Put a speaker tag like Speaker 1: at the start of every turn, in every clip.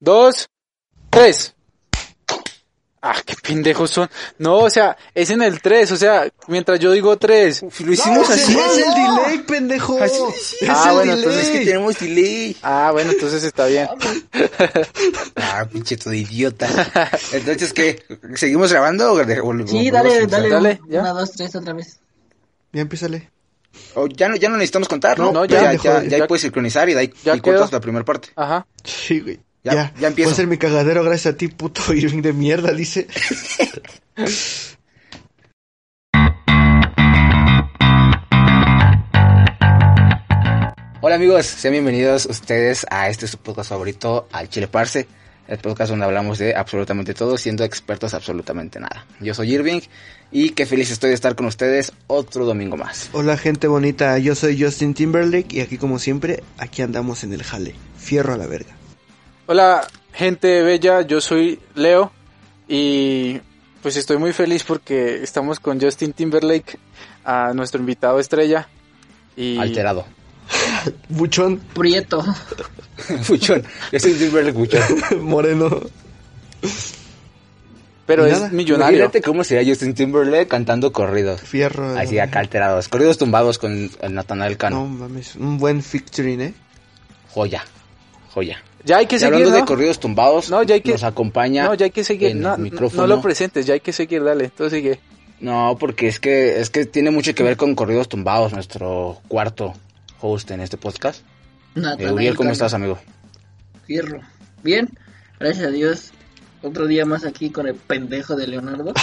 Speaker 1: dos, tres. Ah, qué pendejos son. No, o sea, es en el 3, o sea, mientras yo digo 3.
Speaker 2: Lo hicimos así.
Speaker 3: Ah, es el delay, pendejo.
Speaker 1: Así-
Speaker 3: Es
Speaker 1: Ah,
Speaker 3: el
Speaker 1: bueno,
Speaker 3: delay.
Speaker 1: entonces,
Speaker 2: Es que tenemos delay.
Speaker 1: Ah, bueno, entonces está bien.
Speaker 2: Ah, pinche todo idiota. Entonces, ¿qué? ¿Seguimos grabando o de- o-
Speaker 4: Sí,
Speaker 2: o-
Speaker 4: dale,
Speaker 2: o-
Speaker 4: dale.
Speaker 1: Dale, ya.
Speaker 4: Una, dos, tres, otra vez.
Speaker 3: Ya empezale.
Speaker 2: o ya, no, ya no necesitamos contar, ¿no?
Speaker 1: No,
Speaker 2: ya, ya,
Speaker 1: ya,
Speaker 2: ya,
Speaker 1: ya-
Speaker 2: ahí puedes sincronizar y de ahí
Speaker 1: ya
Speaker 2: y cortas
Speaker 1: quedó.
Speaker 2: la primera parte.
Speaker 1: Ajá.
Speaker 3: Sí, güey.
Speaker 2: Ya,
Speaker 3: Ya,
Speaker 2: ya empiezo.
Speaker 3: Voy a hacer mi cagadero gracias a ti, puto Irving de mierda, dice.
Speaker 2: Hola amigos, sean bienvenidos ustedes a este su podcast favorito, al Chile Parse, el podcast donde hablamos de absolutamente todo, siendo expertos absolutamente nada. Yo soy Irving y qué feliz estoy de estar con ustedes otro domingo más.
Speaker 3: Hola, gente bonita. Yo soy Justin Timberlake y aquí, como siempre, aquí andamos en el jale. Fierro a la verga.
Speaker 1: Hola, gente bella, yo soy Leo y pues estoy muy feliz porque estamos con Justin Timberlake, a nuestro invitado estrella. Y
Speaker 2: Alterado.
Speaker 3: Buchón,
Speaker 4: Prieto.
Speaker 2: Fuchón, yo soy Silver Fuchón.
Speaker 3: moreno.
Speaker 1: Pero
Speaker 3: Y
Speaker 1: es
Speaker 3: nada,
Speaker 1: millonario.
Speaker 2: Imagínate cómo sería Justin Timberlake cantando corridos.
Speaker 3: Fierro. a la
Speaker 2: Así
Speaker 3: verga.
Speaker 2: acá alterados, corridos tumbados con el Natanael Cano.
Speaker 3: No mames, un buen featuring, ¿eh?
Speaker 2: Joya, joya.
Speaker 1: Ya hay que
Speaker 2: Y
Speaker 1: seguir.
Speaker 2: hablando de
Speaker 1: ¿no?
Speaker 2: corridos tumbados,
Speaker 1: No, ya hay que-
Speaker 2: nos acompaña
Speaker 1: No, ya hay que seguir.
Speaker 2: en
Speaker 1: No,
Speaker 2: el micrófono.
Speaker 1: no lo presentes, ya hay que seguir, dale. Tú sigue.
Speaker 2: No, porque es que es que tiene mucho que ver con Corridos Tumbados, nuestro cuarto host en este podcast. Eh,
Speaker 4: Natanael
Speaker 2: Uriel, ¿cómo
Speaker 4: Cano.
Speaker 2: estás, amigo?
Speaker 4: Fierro. Bien, gracias a Dios. Otro día más aquí con el pendejo de Leonardo.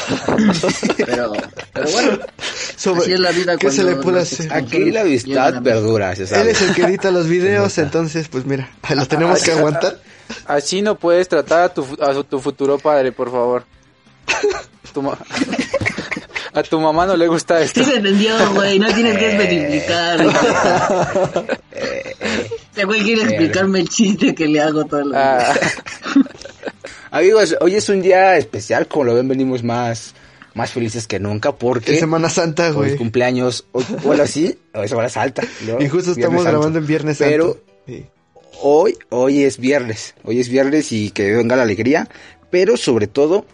Speaker 4: pero, pero bueno,
Speaker 3: Sobre-
Speaker 4: así es la vida
Speaker 3: ¿Qué se
Speaker 4: cuando
Speaker 3: le puede
Speaker 4: nos
Speaker 3: hacer?
Speaker 4: expulsan.
Speaker 2: Aquí la amistad
Speaker 4: Llegan a mí.
Speaker 2: perdura, se
Speaker 3: Él
Speaker 2: sabe.
Speaker 3: es el que edita los videos, entonces, pues mira, lo tenemos que aguantar.
Speaker 1: Así no puedes tratar a tu, fu- a su- tu futuro padre, por favor. Tu ma- a tu mamá no le gusta esto.
Speaker 4: Sí se entendió, güey. No tienes que especificar. güey. Este güey quiere explicarme el chiste que le hago todo el
Speaker 1: Ah,
Speaker 2: Amigos, hoy es un día especial, como lo ven, venimos más, más felices que nunca
Speaker 3: En
Speaker 2: porque
Speaker 3: Semana Santa,
Speaker 2: hoy
Speaker 3: güey.
Speaker 2: es cumpleaños, hoy, bueno, sí, hoy se va alta. ¿no?
Speaker 3: Y justo
Speaker 2: Viernes
Speaker 3: estamos
Speaker 2: Santo.
Speaker 3: grabando en Viernes Santo.
Speaker 2: Pero
Speaker 3: Sí.
Speaker 2: hoy, hoy es viernes, hoy es viernes y que venga la alegría, pero sobre todo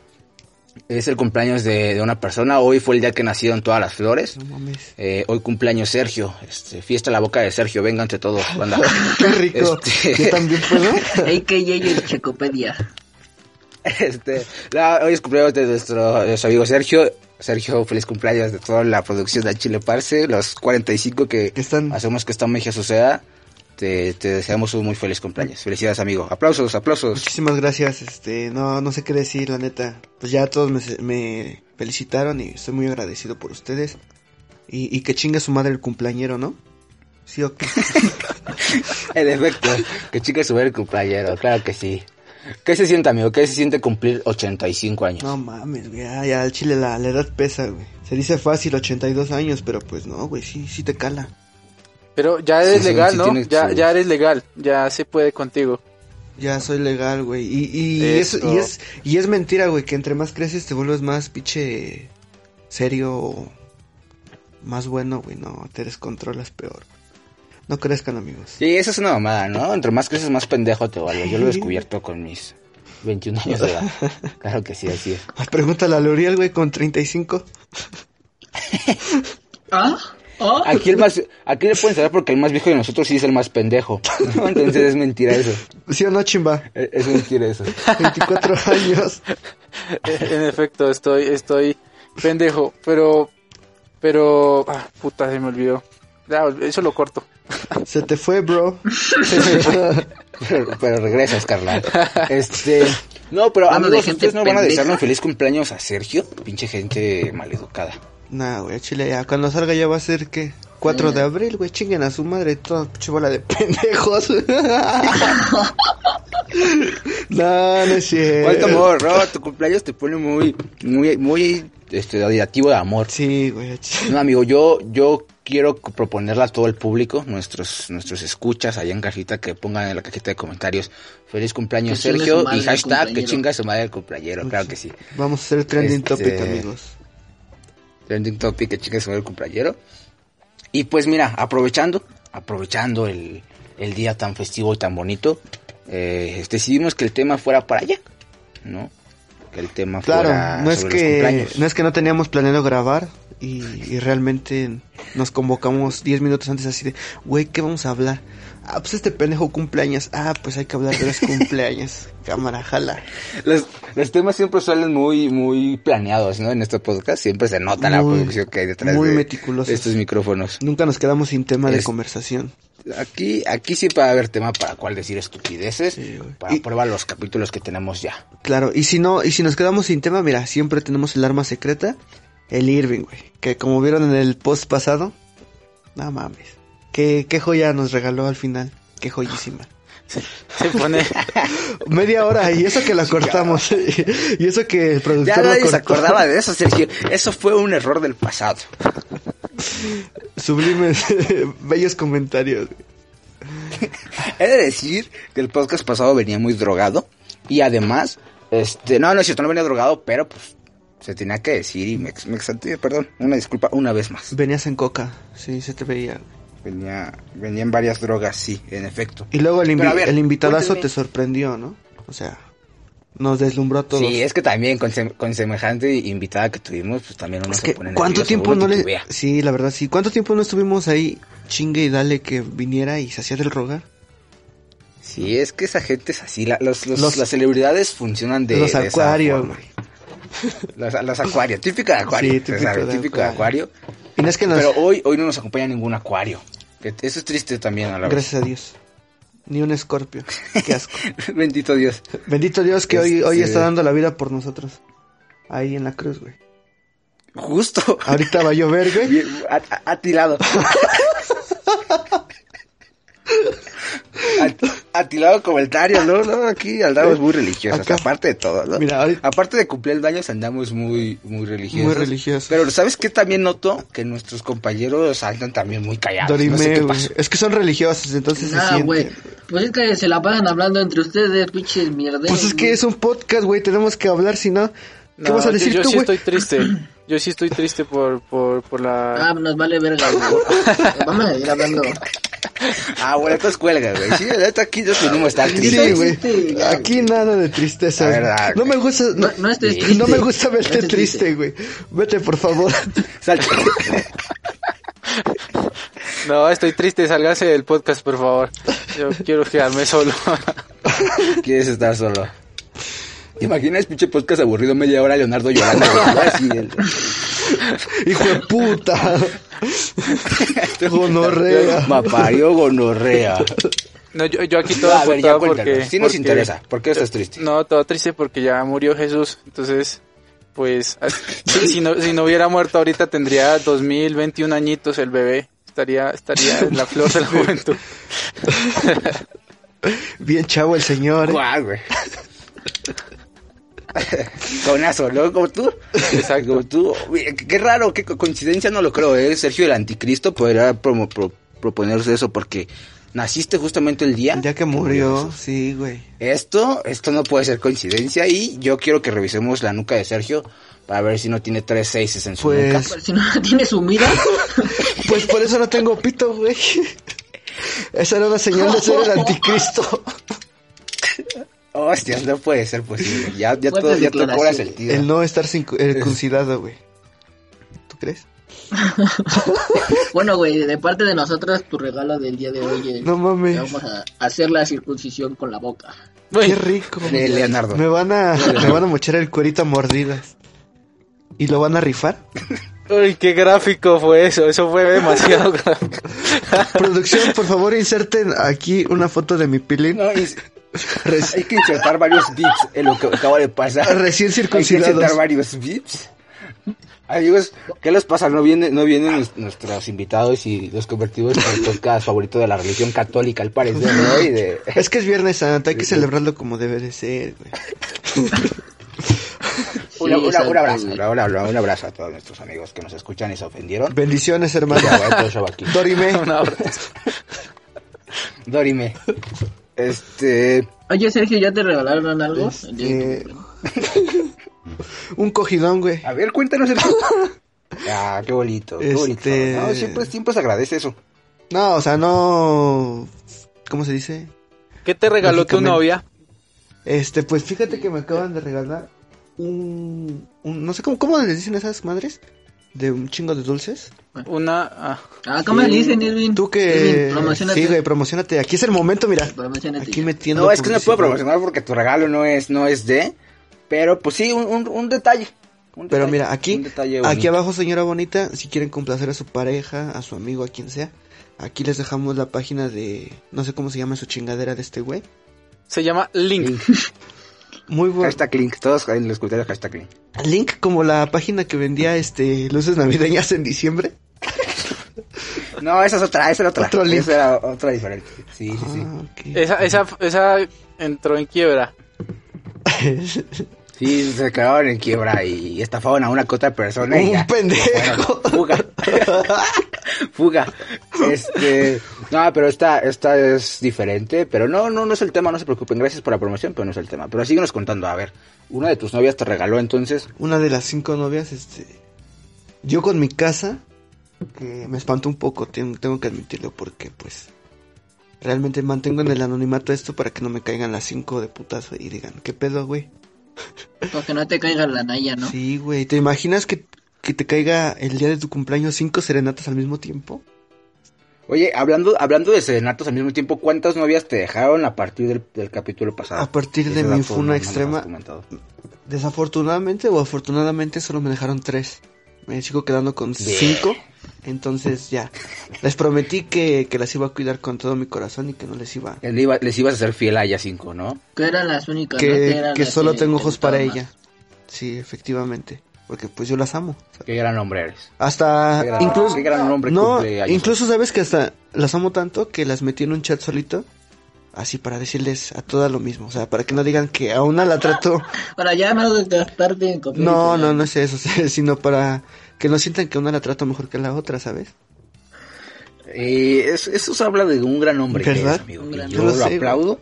Speaker 2: es el cumpleaños de, de una persona, hoy fue el día que nacieron todas las flores.
Speaker 3: No mames.
Speaker 2: Eh, hoy cumpleaños Sergio. Este, fiesta en la boca de Sergio. Vénganse todos, banda.
Speaker 3: Qué rico.
Speaker 2: Este-
Speaker 3: Yo también puedo.
Speaker 4: AKJ el Checopedia.
Speaker 2: Este, la- hoy es cumpleaños de nuestro, de nuestro amigo Sergio. Sergio, feliz cumpleaños de toda la producción de Chile Parce. Los 45 que
Speaker 3: Que están-
Speaker 2: hacemos que esta magia suceda. Te, te deseamos un muy feliz cumpleaños. Felicidades, amigo. Aplausos, aplausos.
Speaker 3: Muchísimas gracias. Este, no, no sé qué decir, la neta. Pues ya todos me, me felicitaron y estoy muy agradecido por ustedes. Y, y que chinga su madre el cumpleañero, ¿no? Sí, ok.
Speaker 2: En efecto, que chica subir el cumpleañero. Claro que sí. ¿Qué se siente, amigo? ¿Qué se siente cumplir 85 años?
Speaker 3: No mames, güey. Ya, ya, al chile la, la edad pesa, güey. Se dice fácil, 82 años, pero pues no, güey, sí, sí te cala.
Speaker 1: pero ya
Speaker 2: Sí,
Speaker 1: eres
Speaker 2: sí,
Speaker 1: legal,
Speaker 2: sí
Speaker 1: ¿no?
Speaker 2: tienes
Speaker 1: Ya,
Speaker 2: sus-
Speaker 1: ya eres legal, ya se puede contigo.
Speaker 3: Ya soy legal, güey. Y, y, eso- y, es,
Speaker 1: Eso.
Speaker 3: y es mentira, güey, que entre más creces te vuelves más pinche serio, o más bueno, güey. No, te descontrolas peor. No crezcan, amigos.
Speaker 2: Sí, eso es una mamada, ¿no? Entre más creces, más pendejo te vuelves. Yo lo he descubierto con mis 21 años de edad. Claro que sí, así es.
Speaker 3: Ah, Pregúntale a L'Oriel, güey, con 35.
Speaker 4: ¿Ah? ¿Ah?
Speaker 2: Aquí, el más, aquí le pueden saber porque el más viejo de nosotros sí es el más pendejo. ¿no? Entonces es mentira eso.
Speaker 3: ¿Sí o no, chimba?
Speaker 2: Es es mentira eso.
Speaker 3: 24 años.
Speaker 1: E-, En efecto, estoy, estoy pendejo, pero, pero, ah, puta, se me olvidó. Ya, eso lo corto.
Speaker 3: Se te fue, bro.
Speaker 2: Pero, pero regresas, carnal. Este. No, pero
Speaker 4: Bueno, de
Speaker 2: amigos,
Speaker 4: gente
Speaker 2: ¿ustedes no van a
Speaker 4: pendeja.
Speaker 2: desearle un feliz cumpleaños a Sergio? Pinche gente maleducada.
Speaker 3: Nah, güey, Chile, ya cuando salga ya va a ser, ¿qué? 4 de abril, güey, chinguen a su madre, toda pinche bola de pendejos. No, no es
Speaker 2: Cuánto
Speaker 3: cierto.
Speaker 2: amor, bro. Tu cumpleaños te pone muy, muy, muy, este, adiativo de amor.
Speaker 3: Sí, güey. ch-
Speaker 2: No, amigo, yo, yo quiero proponerle a todo el público, nuestros, nuestros escuchas allá en cajita, que pongan en la cajita de comentarios. Feliz cumpleaños,
Speaker 4: Que chingue
Speaker 2: Sergio.
Speaker 4: su madre
Speaker 2: Y
Speaker 4: el
Speaker 2: hashtag que
Speaker 4: cumpleañero.
Speaker 2: chinga su madre el cumpleañero, claro que sí.
Speaker 3: Vamos a hacer trending
Speaker 2: Este-
Speaker 3: topic, amigos.
Speaker 2: Trending topic, que chinga su madre el cumpleañero. Y pues mira, aprovechando, aprovechando el, el día tan festivo y tan bonito, eh, decidimos que el tema fuera para allá, ¿no? Que el tema fuera
Speaker 3: Claro, no es
Speaker 2: sobre los
Speaker 3: que
Speaker 2: cumpleaños.
Speaker 3: no es que no teníamos planeado grabar y, y realmente nos convocamos 10 minutos antes así de, güey, ¿qué vamos a hablar? Ah, pues este pendejo cumpleaños. Ah, pues hay que hablar de los cumpleaños. Cámara, jala.
Speaker 2: Los, los temas siempre suelen muy, muy planeados, ¿no? En este podcast siempre se nota la
Speaker 3: Muy-
Speaker 2: producción que hay detrás
Speaker 3: muy
Speaker 2: de,
Speaker 3: meticulosos.
Speaker 2: de estos micrófonos.
Speaker 3: Nunca nos quedamos sin tema de
Speaker 2: Es-
Speaker 3: conversación.
Speaker 2: Aquí, aquí siempre va a haber tema para cual decir estupideces,
Speaker 3: Sí, güey.
Speaker 2: para
Speaker 3: Y-
Speaker 2: probar los capítulos que tenemos ya.
Speaker 3: Claro, y si no, y si nos quedamos sin tema, mira, siempre tenemos el arma secreta, el Irving, güey, que como vieron en el post pasado, no mames, qué, qué joya nos regaló al final, qué joyísima.
Speaker 1: Se pone.
Speaker 3: Media hora, y eso que la cortamos, y eso que el productor
Speaker 2: Ya
Speaker 3: lo
Speaker 2: nadie se
Speaker 3: cortó.
Speaker 2: acordaba de eso, Sergio. Eso fue un error del pasado.
Speaker 3: Sublimes, bellos comentarios. güey.
Speaker 2: He de decir que el podcast pasado venía muy drogado. Y además, este, no, no es cierto, no venía drogado, pero pues se tenía que decir y me, ex- me exalté, perdón, una disculpa una vez más.
Speaker 3: Venías en coca, sí, se te veía. güey.
Speaker 2: Venía, venía en varias drogas, sí, en efecto.
Speaker 3: Y luego el, invi-
Speaker 2: Pero a ver,
Speaker 3: el invitadazo
Speaker 2: cuéntenme.
Speaker 3: te sorprendió, ¿no? O sea, nos deslumbró a todos.
Speaker 2: Sí, es que también con, sem- con semejante invitada que tuvimos, pues también uno
Speaker 3: Es
Speaker 2: se
Speaker 3: que,
Speaker 2: pone
Speaker 3: ¿cuánto
Speaker 2: nervioso,
Speaker 3: tiempo
Speaker 2: uno
Speaker 3: no le...?
Speaker 2: titubea.
Speaker 3: Sí, la verdad, sí. ¿Cuánto tiempo no estuvimos ahí chingue y dale que viniera y se hacía del rogar?
Speaker 2: Sí, es que esa gente es así, la- los, los-
Speaker 3: Los-
Speaker 2: las celebridades funcionan de
Speaker 3: los
Speaker 2: de esa
Speaker 3: acuarios,
Speaker 2: forma.
Speaker 3: güey.
Speaker 2: Los, los acuarios, típica de acuario,
Speaker 3: Sí,
Speaker 2: o sea,
Speaker 3: típico de
Speaker 2: típico de
Speaker 3: acuario.
Speaker 2: acuario.
Speaker 3: Y no es que nos...
Speaker 2: Pero hoy, hoy no nos acompaña ningún acuario. Que Eso es triste también a la vez.
Speaker 3: Gracias a Dios. Ni un escorpio. Qué asco.
Speaker 2: Bendito Dios.
Speaker 3: Bendito Dios que hoy, hoy
Speaker 2: Este-
Speaker 3: está dando la vida por nosotros. Ahí en la cruz, güey.
Speaker 2: Justo.
Speaker 3: Ahorita va a llover, güey.
Speaker 2: Bien, a- a- Atilado. At- Atilado comentario, ¿no? No, aquí andamos muy religiosos,
Speaker 3: Acá.
Speaker 2: aparte de todo, ¿no?
Speaker 3: Mira, ahorita-
Speaker 2: Aparte de cumplir el daño, andamos muy, muy religiosos.
Speaker 3: Muy religiosos.
Speaker 2: Pero ¿sabes qué? También noto que nuestros compañeros andan también muy callados.
Speaker 3: Dorime,
Speaker 2: pues, no sé qué
Speaker 3: güey.
Speaker 2: pasó.
Speaker 3: Es que son religiosos, entonces se
Speaker 4: Nah,
Speaker 3: sienten.
Speaker 4: güey. Pues es que se la pasan hablando entre ustedes, pinches mierderos.
Speaker 3: Pues es que
Speaker 4: güey.
Speaker 3: es un podcast, güey. Tenemos que hablar, si no... ¿Qué
Speaker 1: No,
Speaker 3: vas a
Speaker 1: yo-
Speaker 3: decir
Speaker 1: yo,
Speaker 3: tú,
Speaker 1: sí
Speaker 3: güey?
Speaker 1: estoy triste. Yo sí estoy triste por, por, por la.
Speaker 4: Ah, nos vale verga, güey. Vamos a seguir hablando.
Speaker 2: Ah, bueno, entonces cuelga, güey. Sí, la neta, aquí no podemos estar
Speaker 3: Sí,
Speaker 2: tristes.
Speaker 3: güey.
Speaker 4: triste, ya,
Speaker 3: Aquí nada de tristeza.
Speaker 2: La
Speaker 3: güey.
Speaker 2: verdad,
Speaker 3: no me
Speaker 2: güey.
Speaker 3: gusta.
Speaker 4: No- no estés
Speaker 3: No
Speaker 4: triste.
Speaker 3: me gusta verte
Speaker 4: No estés
Speaker 3: triste,
Speaker 4: triste.
Speaker 3: güey. Vete, por favor.
Speaker 2: Salte.
Speaker 1: No, estoy triste. Sálgase del podcast, por favor. Yo quiero quedarme solo.
Speaker 2: Quieres estar solo. ¿Te imaginas, pinche podcast aburrido, media hora Leonardo llorando? güey? Así, el-
Speaker 3: Hijo de puta. Gonorrea.
Speaker 2: Mapario gonorrea.
Speaker 1: No, yo, yo aquí todo
Speaker 2: A ver, ya
Speaker 1: aportado
Speaker 2: cuéntanos.
Speaker 1: porque.
Speaker 2: Sí nos
Speaker 1: porque-
Speaker 2: interesa. ¿Por qué estás triste?
Speaker 1: No, todo triste porque ya murió Jesús. Entonces, pues, as- si, si no, si no hubiera muerto ahorita tendría 2021 añitos el bebé. Estaría, estaría en la flor de la juventud.
Speaker 3: Bien chavo el señor. eh.
Speaker 2: Guau, güey. Conazo, ¿no? Como tú.
Speaker 1: Exacto.
Speaker 2: Como tú. Oye, Qué raro, qué co- coincidencia, no lo creo, ¿eh? Sergio el Anticristo podría promo- pro- proponerse eso porque naciste justamente el día.
Speaker 3: Ya que murió, sí, güey.
Speaker 2: Esto, esto no puede ser coincidencia y yo quiero que revisemos la nuca de Sergio para ver si no tiene tres seises en su
Speaker 3: Pues-
Speaker 2: nuca.
Speaker 4: Pues si no la tienes sumida.
Speaker 3: Pues por eso no tengo pito, güey. Esa era una señal de ser el anticristo.
Speaker 2: Hostias, no puede ser posible. Ya, ya
Speaker 4: Fuertes
Speaker 2: todo, ya todo cobra
Speaker 4: declaraciones.
Speaker 2: sentido.
Speaker 3: El no estar sin- circuncidado, güey. ¿Tú crees?
Speaker 4: Bueno, güey, de parte de nosotros, tu regalo del día de hoy es.
Speaker 3: No mames.
Speaker 4: Vamos a hacer la circuncisión con la boca.
Speaker 3: Qué rico.
Speaker 2: De Leonardo.
Speaker 3: Me van a, me van a mochar el cuerito a mordidas. ¿Y lo van a rifar?
Speaker 1: Uy, qué gráfico fue eso. Eso fue demasiado gráfico.
Speaker 3: Producción, por favor, inserten aquí una foto de mi pilín
Speaker 2: No, es-
Speaker 3: Res-
Speaker 2: hay que insertar varios bits en lo que acaba de pasar.
Speaker 3: recién
Speaker 2: Hay que
Speaker 3: circuncidados.
Speaker 2: insertar varios bits. Amigos, ¿qué les pasa? No vienen, no vienen nues- nuestros invitados y los convertidos en el podcast favorito de la religión católica, al parecer, ¿no? Y de...
Speaker 3: Es que es Viernes Santo, hay que celebrarlo como debe de ser, güey.
Speaker 2: Una- una-
Speaker 4: exacto,
Speaker 2: un abrazo,
Speaker 4: güey.
Speaker 2: una- una- un abrazo a todos nuestros amigos que nos escuchan y se ofendieron.
Speaker 3: Bendiciones, hermano.
Speaker 2: Shabbat, todo Shabbat.
Speaker 3: Dorime.
Speaker 1: Un abrazo.
Speaker 2: Dorime. Este,
Speaker 4: Oye, Sergio, ¿ya te regalaron algo?
Speaker 3: eh, un cogidón, güey.
Speaker 2: a ver, cuéntanos el... Ah, qué bonito, qué bonito.
Speaker 3: Este-
Speaker 2: No, siempre, siempre se agradece eso.
Speaker 3: No, o sea, no. ¿Cómo se dice?
Speaker 1: ¿Qué te regaló tu
Speaker 3: Lógicamente.
Speaker 1: novia?
Speaker 3: Este, pues fíjate que me acaban de regalar un. un- no sé cómo, cómo les dicen esas madres. De un chingo de dulces.
Speaker 1: Una. ah,
Speaker 4: Ah, ¿cómo le dicen, Irving?
Speaker 3: Tú que.
Speaker 4: Irving, promocionate.
Speaker 3: Sí, güey, promocionate. Aquí es el momento, mira.
Speaker 4: Promocionate
Speaker 3: Aquí
Speaker 4: ya.
Speaker 3: metiendo.
Speaker 2: No, es que no
Speaker 3: publicidad.
Speaker 2: puedo promocionar porque tu regalo no es, no es de, pero pues sí, un, un, un detalle. un
Speaker 3: Pero
Speaker 2: detalle,
Speaker 3: mira, aquí,
Speaker 2: un detalle
Speaker 3: aquí
Speaker 2: bonito.
Speaker 3: abajo, señora bonita, si quieren complacer a su pareja, a su amigo, a quien sea, aquí les dejamos la página de, no sé cómo se llama su chingadera de este güey.
Speaker 1: se llama Link.
Speaker 2: Link.
Speaker 3: Muy bueno.
Speaker 2: Hashtag link, todos en los comentarios hashtag link.
Speaker 3: Link como la página que vendía este luces navideñas en diciembre.
Speaker 2: No, esa es otra, esa era otra.
Speaker 3: Otro link.
Speaker 2: Esa era otra diferente. Sí, sí, sí.
Speaker 3: Ah, ok.
Speaker 1: Esa, esa, esa entró en quiebra.
Speaker 2: Sí, se quedaron en quiebra y estafaron a una que otra persona. y
Speaker 3: Un
Speaker 2: ya.
Speaker 3: pendejo.
Speaker 2: Fuga. Fuga. Este. No, pero esta, esta es diferente. Pero no, no, no es el tema, no se preocupen. Gracias por la promoción, pero no es el tema. Pero síguenos contando. A ver, una de tus novias te regaló entonces.
Speaker 3: Una de las cinco novias, este, yo con mi casa, que me espantó un poco, ten- tengo que admitirlo, porque pues realmente mantengo en el anonimato esto para que no me caigan las cinco de putazo y digan, ¿qué pedo, güey?
Speaker 4: Para que no te caiga la naya, ¿no?
Speaker 3: Sí, güey. ¿Te imaginas que, que te caiga el día de tu cumpleaños cinco serenatas al mismo tiempo?
Speaker 2: Oye, hablando, hablando de serenatos al mismo tiempo, ¿cuántas novias te dejaron a partir del, del capítulo pasado?
Speaker 3: A partir de
Speaker 2: Ese
Speaker 3: mi
Speaker 2: dato
Speaker 3: funa
Speaker 2: no- no lo has
Speaker 3: extrema.
Speaker 2: comentado.
Speaker 3: Desafortunadamente o afortunadamente solo me dejaron tres. Me sigo quedando con
Speaker 2: Bien.
Speaker 3: cinco. Entonces ya. Les prometí que, que las iba a cuidar con todo mi corazón y que no les iba.
Speaker 2: Les, Eh, iba- les ibas a ser fiel a ella cinco, ¿no?
Speaker 4: Que eran las únicas, ¿no?
Speaker 3: Que,
Speaker 4: eran
Speaker 3: que
Speaker 4: las
Speaker 3: solo
Speaker 4: que
Speaker 3: tengo
Speaker 4: te
Speaker 3: ojos para
Speaker 4: gustaban
Speaker 3: ella. Sí, efectivamente. Porque pues yo las amo.
Speaker 2: Qué gran hombre eres. Qué
Speaker 3: Hasta
Speaker 2: gran,
Speaker 3: Ah, incluso
Speaker 2: qué gran hombre
Speaker 3: No,
Speaker 2: cumple años.
Speaker 3: incluso sabes que hasta las amo tanto que las metí en un chat solito. Así para decirles a todas lo mismo. O sea, para que no digan que a una la trato.
Speaker 4: más. Para ya no gastarte en comida.
Speaker 3: No, no, no es eso. Sino para que no sientan que a una la trato mejor que a la otra, ¿sabes?
Speaker 2: Eh, es- eso se habla de un gran hombre que
Speaker 3: ¿Verdad?
Speaker 2: eres, amigo.
Speaker 4: Un
Speaker 2: que
Speaker 4: gran
Speaker 2: yo
Speaker 3: hombre.
Speaker 2: lo,
Speaker 3: Yo lo sé,
Speaker 2: aplaudo.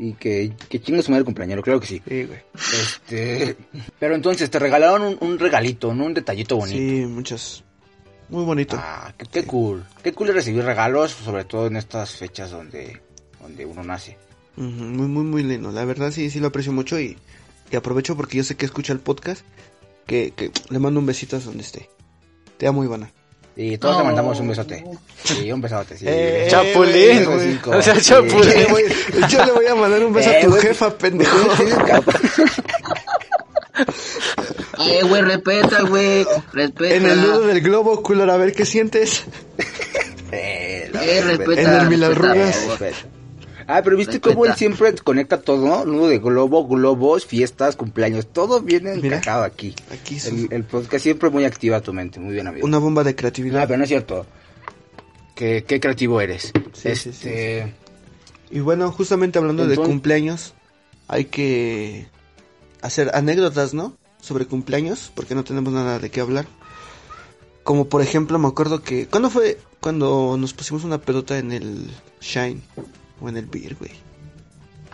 Speaker 2: Y que, que chingue su madre el cumpleañero, claro que sí.
Speaker 3: Sí, güey.
Speaker 2: Este, pero entonces, te regalaron un, un regalito, ¿no? Un detallito bonito.
Speaker 3: Sí, muchas. Muy bonito.
Speaker 2: Ah, qué, qué cool. Qué cool es recibir regalos, sobre todo en estas fechas donde, donde uno nace.
Speaker 3: Ujú, Muy, muy, muy lindo. La verdad sí, sí lo aprecio mucho y, y aprovecho porque yo sé que escucha el podcast. Que, que le mando un besito a donde esté. Te amo, Ivana.
Speaker 2: Y todos te
Speaker 4: No.
Speaker 2: mandamos un besote. Sí, un besote, sí.
Speaker 3: Eh,
Speaker 1: Chapulín.
Speaker 2: beso de cinco.
Speaker 1: O sea,
Speaker 2: Sí.
Speaker 3: Yo le
Speaker 1: Chapulín.
Speaker 3: voy, yo le voy a mandar un beso a
Speaker 2: Eh,
Speaker 3: tu
Speaker 2: güey.
Speaker 3: jefa, pendejo.
Speaker 4: Ay, güey, respeta, güey. Respeta.
Speaker 3: En el nudo del globo, culor, a ver qué sientes.
Speaker 2: Eh, la
Speaker 4: Eh, respeta.
Speaker 3: En el
Speaker 4: respeta,
Speaker 3: Milarrugas.
Speaker 4: por favor.
Speaker 2: Respeto. Ah, pero viste cómo él
Speaker 4: Respeta.
Speaker 2: siempre conecta todo, ¿no? Nudo de globo, globos, fiestas, cumpleaños, todo viene
Speaker 3: Mira.
Speaker 2: encajado aquí.
Speaker 3: Aquí su-
Speaker 2: El, el podcast siempre muy activa tu mente, muy bien amigo.
Speaker 3: una bomba de
Speaker 2: No,
Speaker 3: creatividad.
Speaker 2: pero no es cierto. Qué, qué creativo eres.
Speaker 3: Sí, sí, sí,
Speaker 2: Este,
Speaker 3: Y bueno, justamente hablando de
Speaker 2: Entonces-
Speaker 3: cumpleaños, hay que hacer anécdotas, ¿no? Sobre cumpleaños, porque no tenemos nada de qué hablar. Como por ejemplo, me acuerdo que. ¿Cuándo fue cuando nos pusimos una pelota en el Shine? O en el Beer, güey.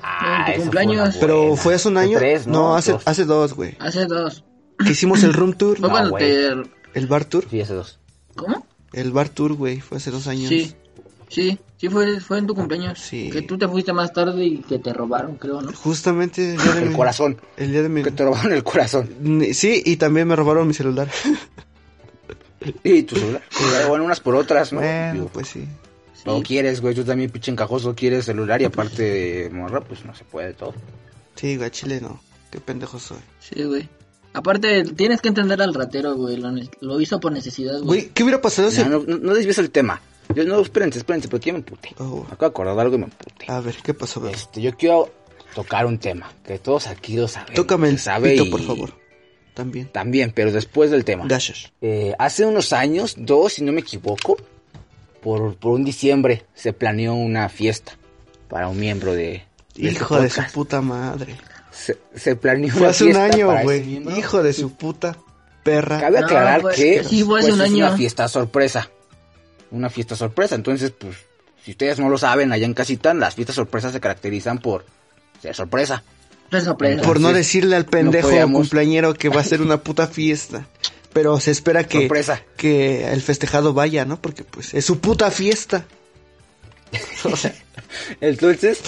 Speaker 2: ah,
Speaker 4: tu
Speaker 2: esa
Speaker 4: cumpleaños.
Speaker 2: fue una
Speaker 3: Pero
Speaker 2: buena.
Speaker 3: fue hace un año.
Speaker 2: tres,
Speaker 3: no,
Speaker 2: ¿no?
Speaker 3: hace,
Speaker 2: Dos.
Speaker 3: hace dos, güey.
Speaker 4: Hace dos.
Speaker 3: Que hicimos el room tour,
Speaker 4: Fue
Speaker 2: No,
Speaker 4: cuando
Speaker 2: güey.
Speaker 4: te...
Speaker 3: el bar tour.
Speaker 2: Sí, hace dos.
Speaker 4: ¿Cómo?
Speaker 3: El bar tour, güey, fue hace dos años.
Speaker 4: Sí. Sí, sí fue, fue en tu cumpleaños.
Speaker 3: Sí.
Speaker 4: Que tú te fuiste más tarde y que te robaron, creo, ¿no?
Speaker 3: Justamente el día de
Speaker 2: El
Speaker 3: mi-
Speaker 2: corazón.
Speaker 3: El día de mi...
Speaker 2: Que te robaron el corazón.
Speaker 3: Ni- Sí, y también me robaron mi celular.
Speaker 2: Y tu celular. Bueno, unas por otras, ¿no?
Speaker 3: bueno,
Speaker 2: Digo,
Speaker 3: pues sí.
Speaker 2: No quieres, güey. Tú también, pinche encajoso, quieres celular y aparte de morra, pues no se puede todo.
Speaker 3: Sí, güey, Chile no. Qué pendejo soy.
Speaker 4: Sí, güey. Aparte, tienes que entender al ratero, güey. Lo, ne- lo hizo por necesidad, güey.
Speaker 3: Güey, ¿qué hubiera pasado si...
Speaker 2: Ya, no, no, no desvíes el tema. Yo, no, espérense, espérense, porque yo me emputé.
Speaker 3: Oh,
Speaker 2: Me acabo de acordar de algo y me emputé.
Speaker 3: a ver, ¿qué pasó? bebé?
Speaker 2: Este, yo quiero tocar un tema que todos aquí lo saben.
Speaker 3: Tócame el
Speaker 2: se sabe
Speaker 3: pito,
Speaker 2: y-
Speaker 3: por favor. también.
Speaker 2: También, pero después del tema.
Speaker 3: Gracias.
Speaker 2: Eh, hace unos años, dos, si no me equivoco, por, por un diciembre se planeó una fiesta para un miembro de. de este
Speaker 3: Hijo de su
Speaker 2: podcast.
Speaker 3: puta madre.
Speaker 2: Se, se planeó
Speaker 3: Fue
Speaker 2: una
Speaker 3: hace un
Speaker 2: fiesta
Speaker 3: año,
Speaker 2: para ese
Speaker 3: güey.
Speaker 2: miembro.
Speaker 3: Hijo de su puta perra.
Speaker 2: Cabe
Speaker 4: No,
Speaker 2: aclarar
Speaker 4: pues,
Speaker 2: que
Speaker 4: sí, fue hace
Speaker 2: pues,
Speaker 4: un
Speaker 2: es
Speaker 4: año.
Speaker 2: una fiesta sorpresa. Una fiesta sorpresa. Entonces, pues, si ustedes no lo saben, allá en Casitán, las fiestas sorpresas se caracterizan por ser sorpresa.
Speaker 4: No es sorpresa.
Speaker 3: Por no
Speaker 2: Entonces,
Speaker 3: decirle al pendejo
Speaker 2: podíamos-
Speaker 3: cumpleañero que va a ser una puta fiesta. Pero se espera que,
Speaker 2: Sorpresa.
Speaker 3: que el festejado vaya, ¿no? Porque pues es su puta fiesta.
Speaker 2: Entonces,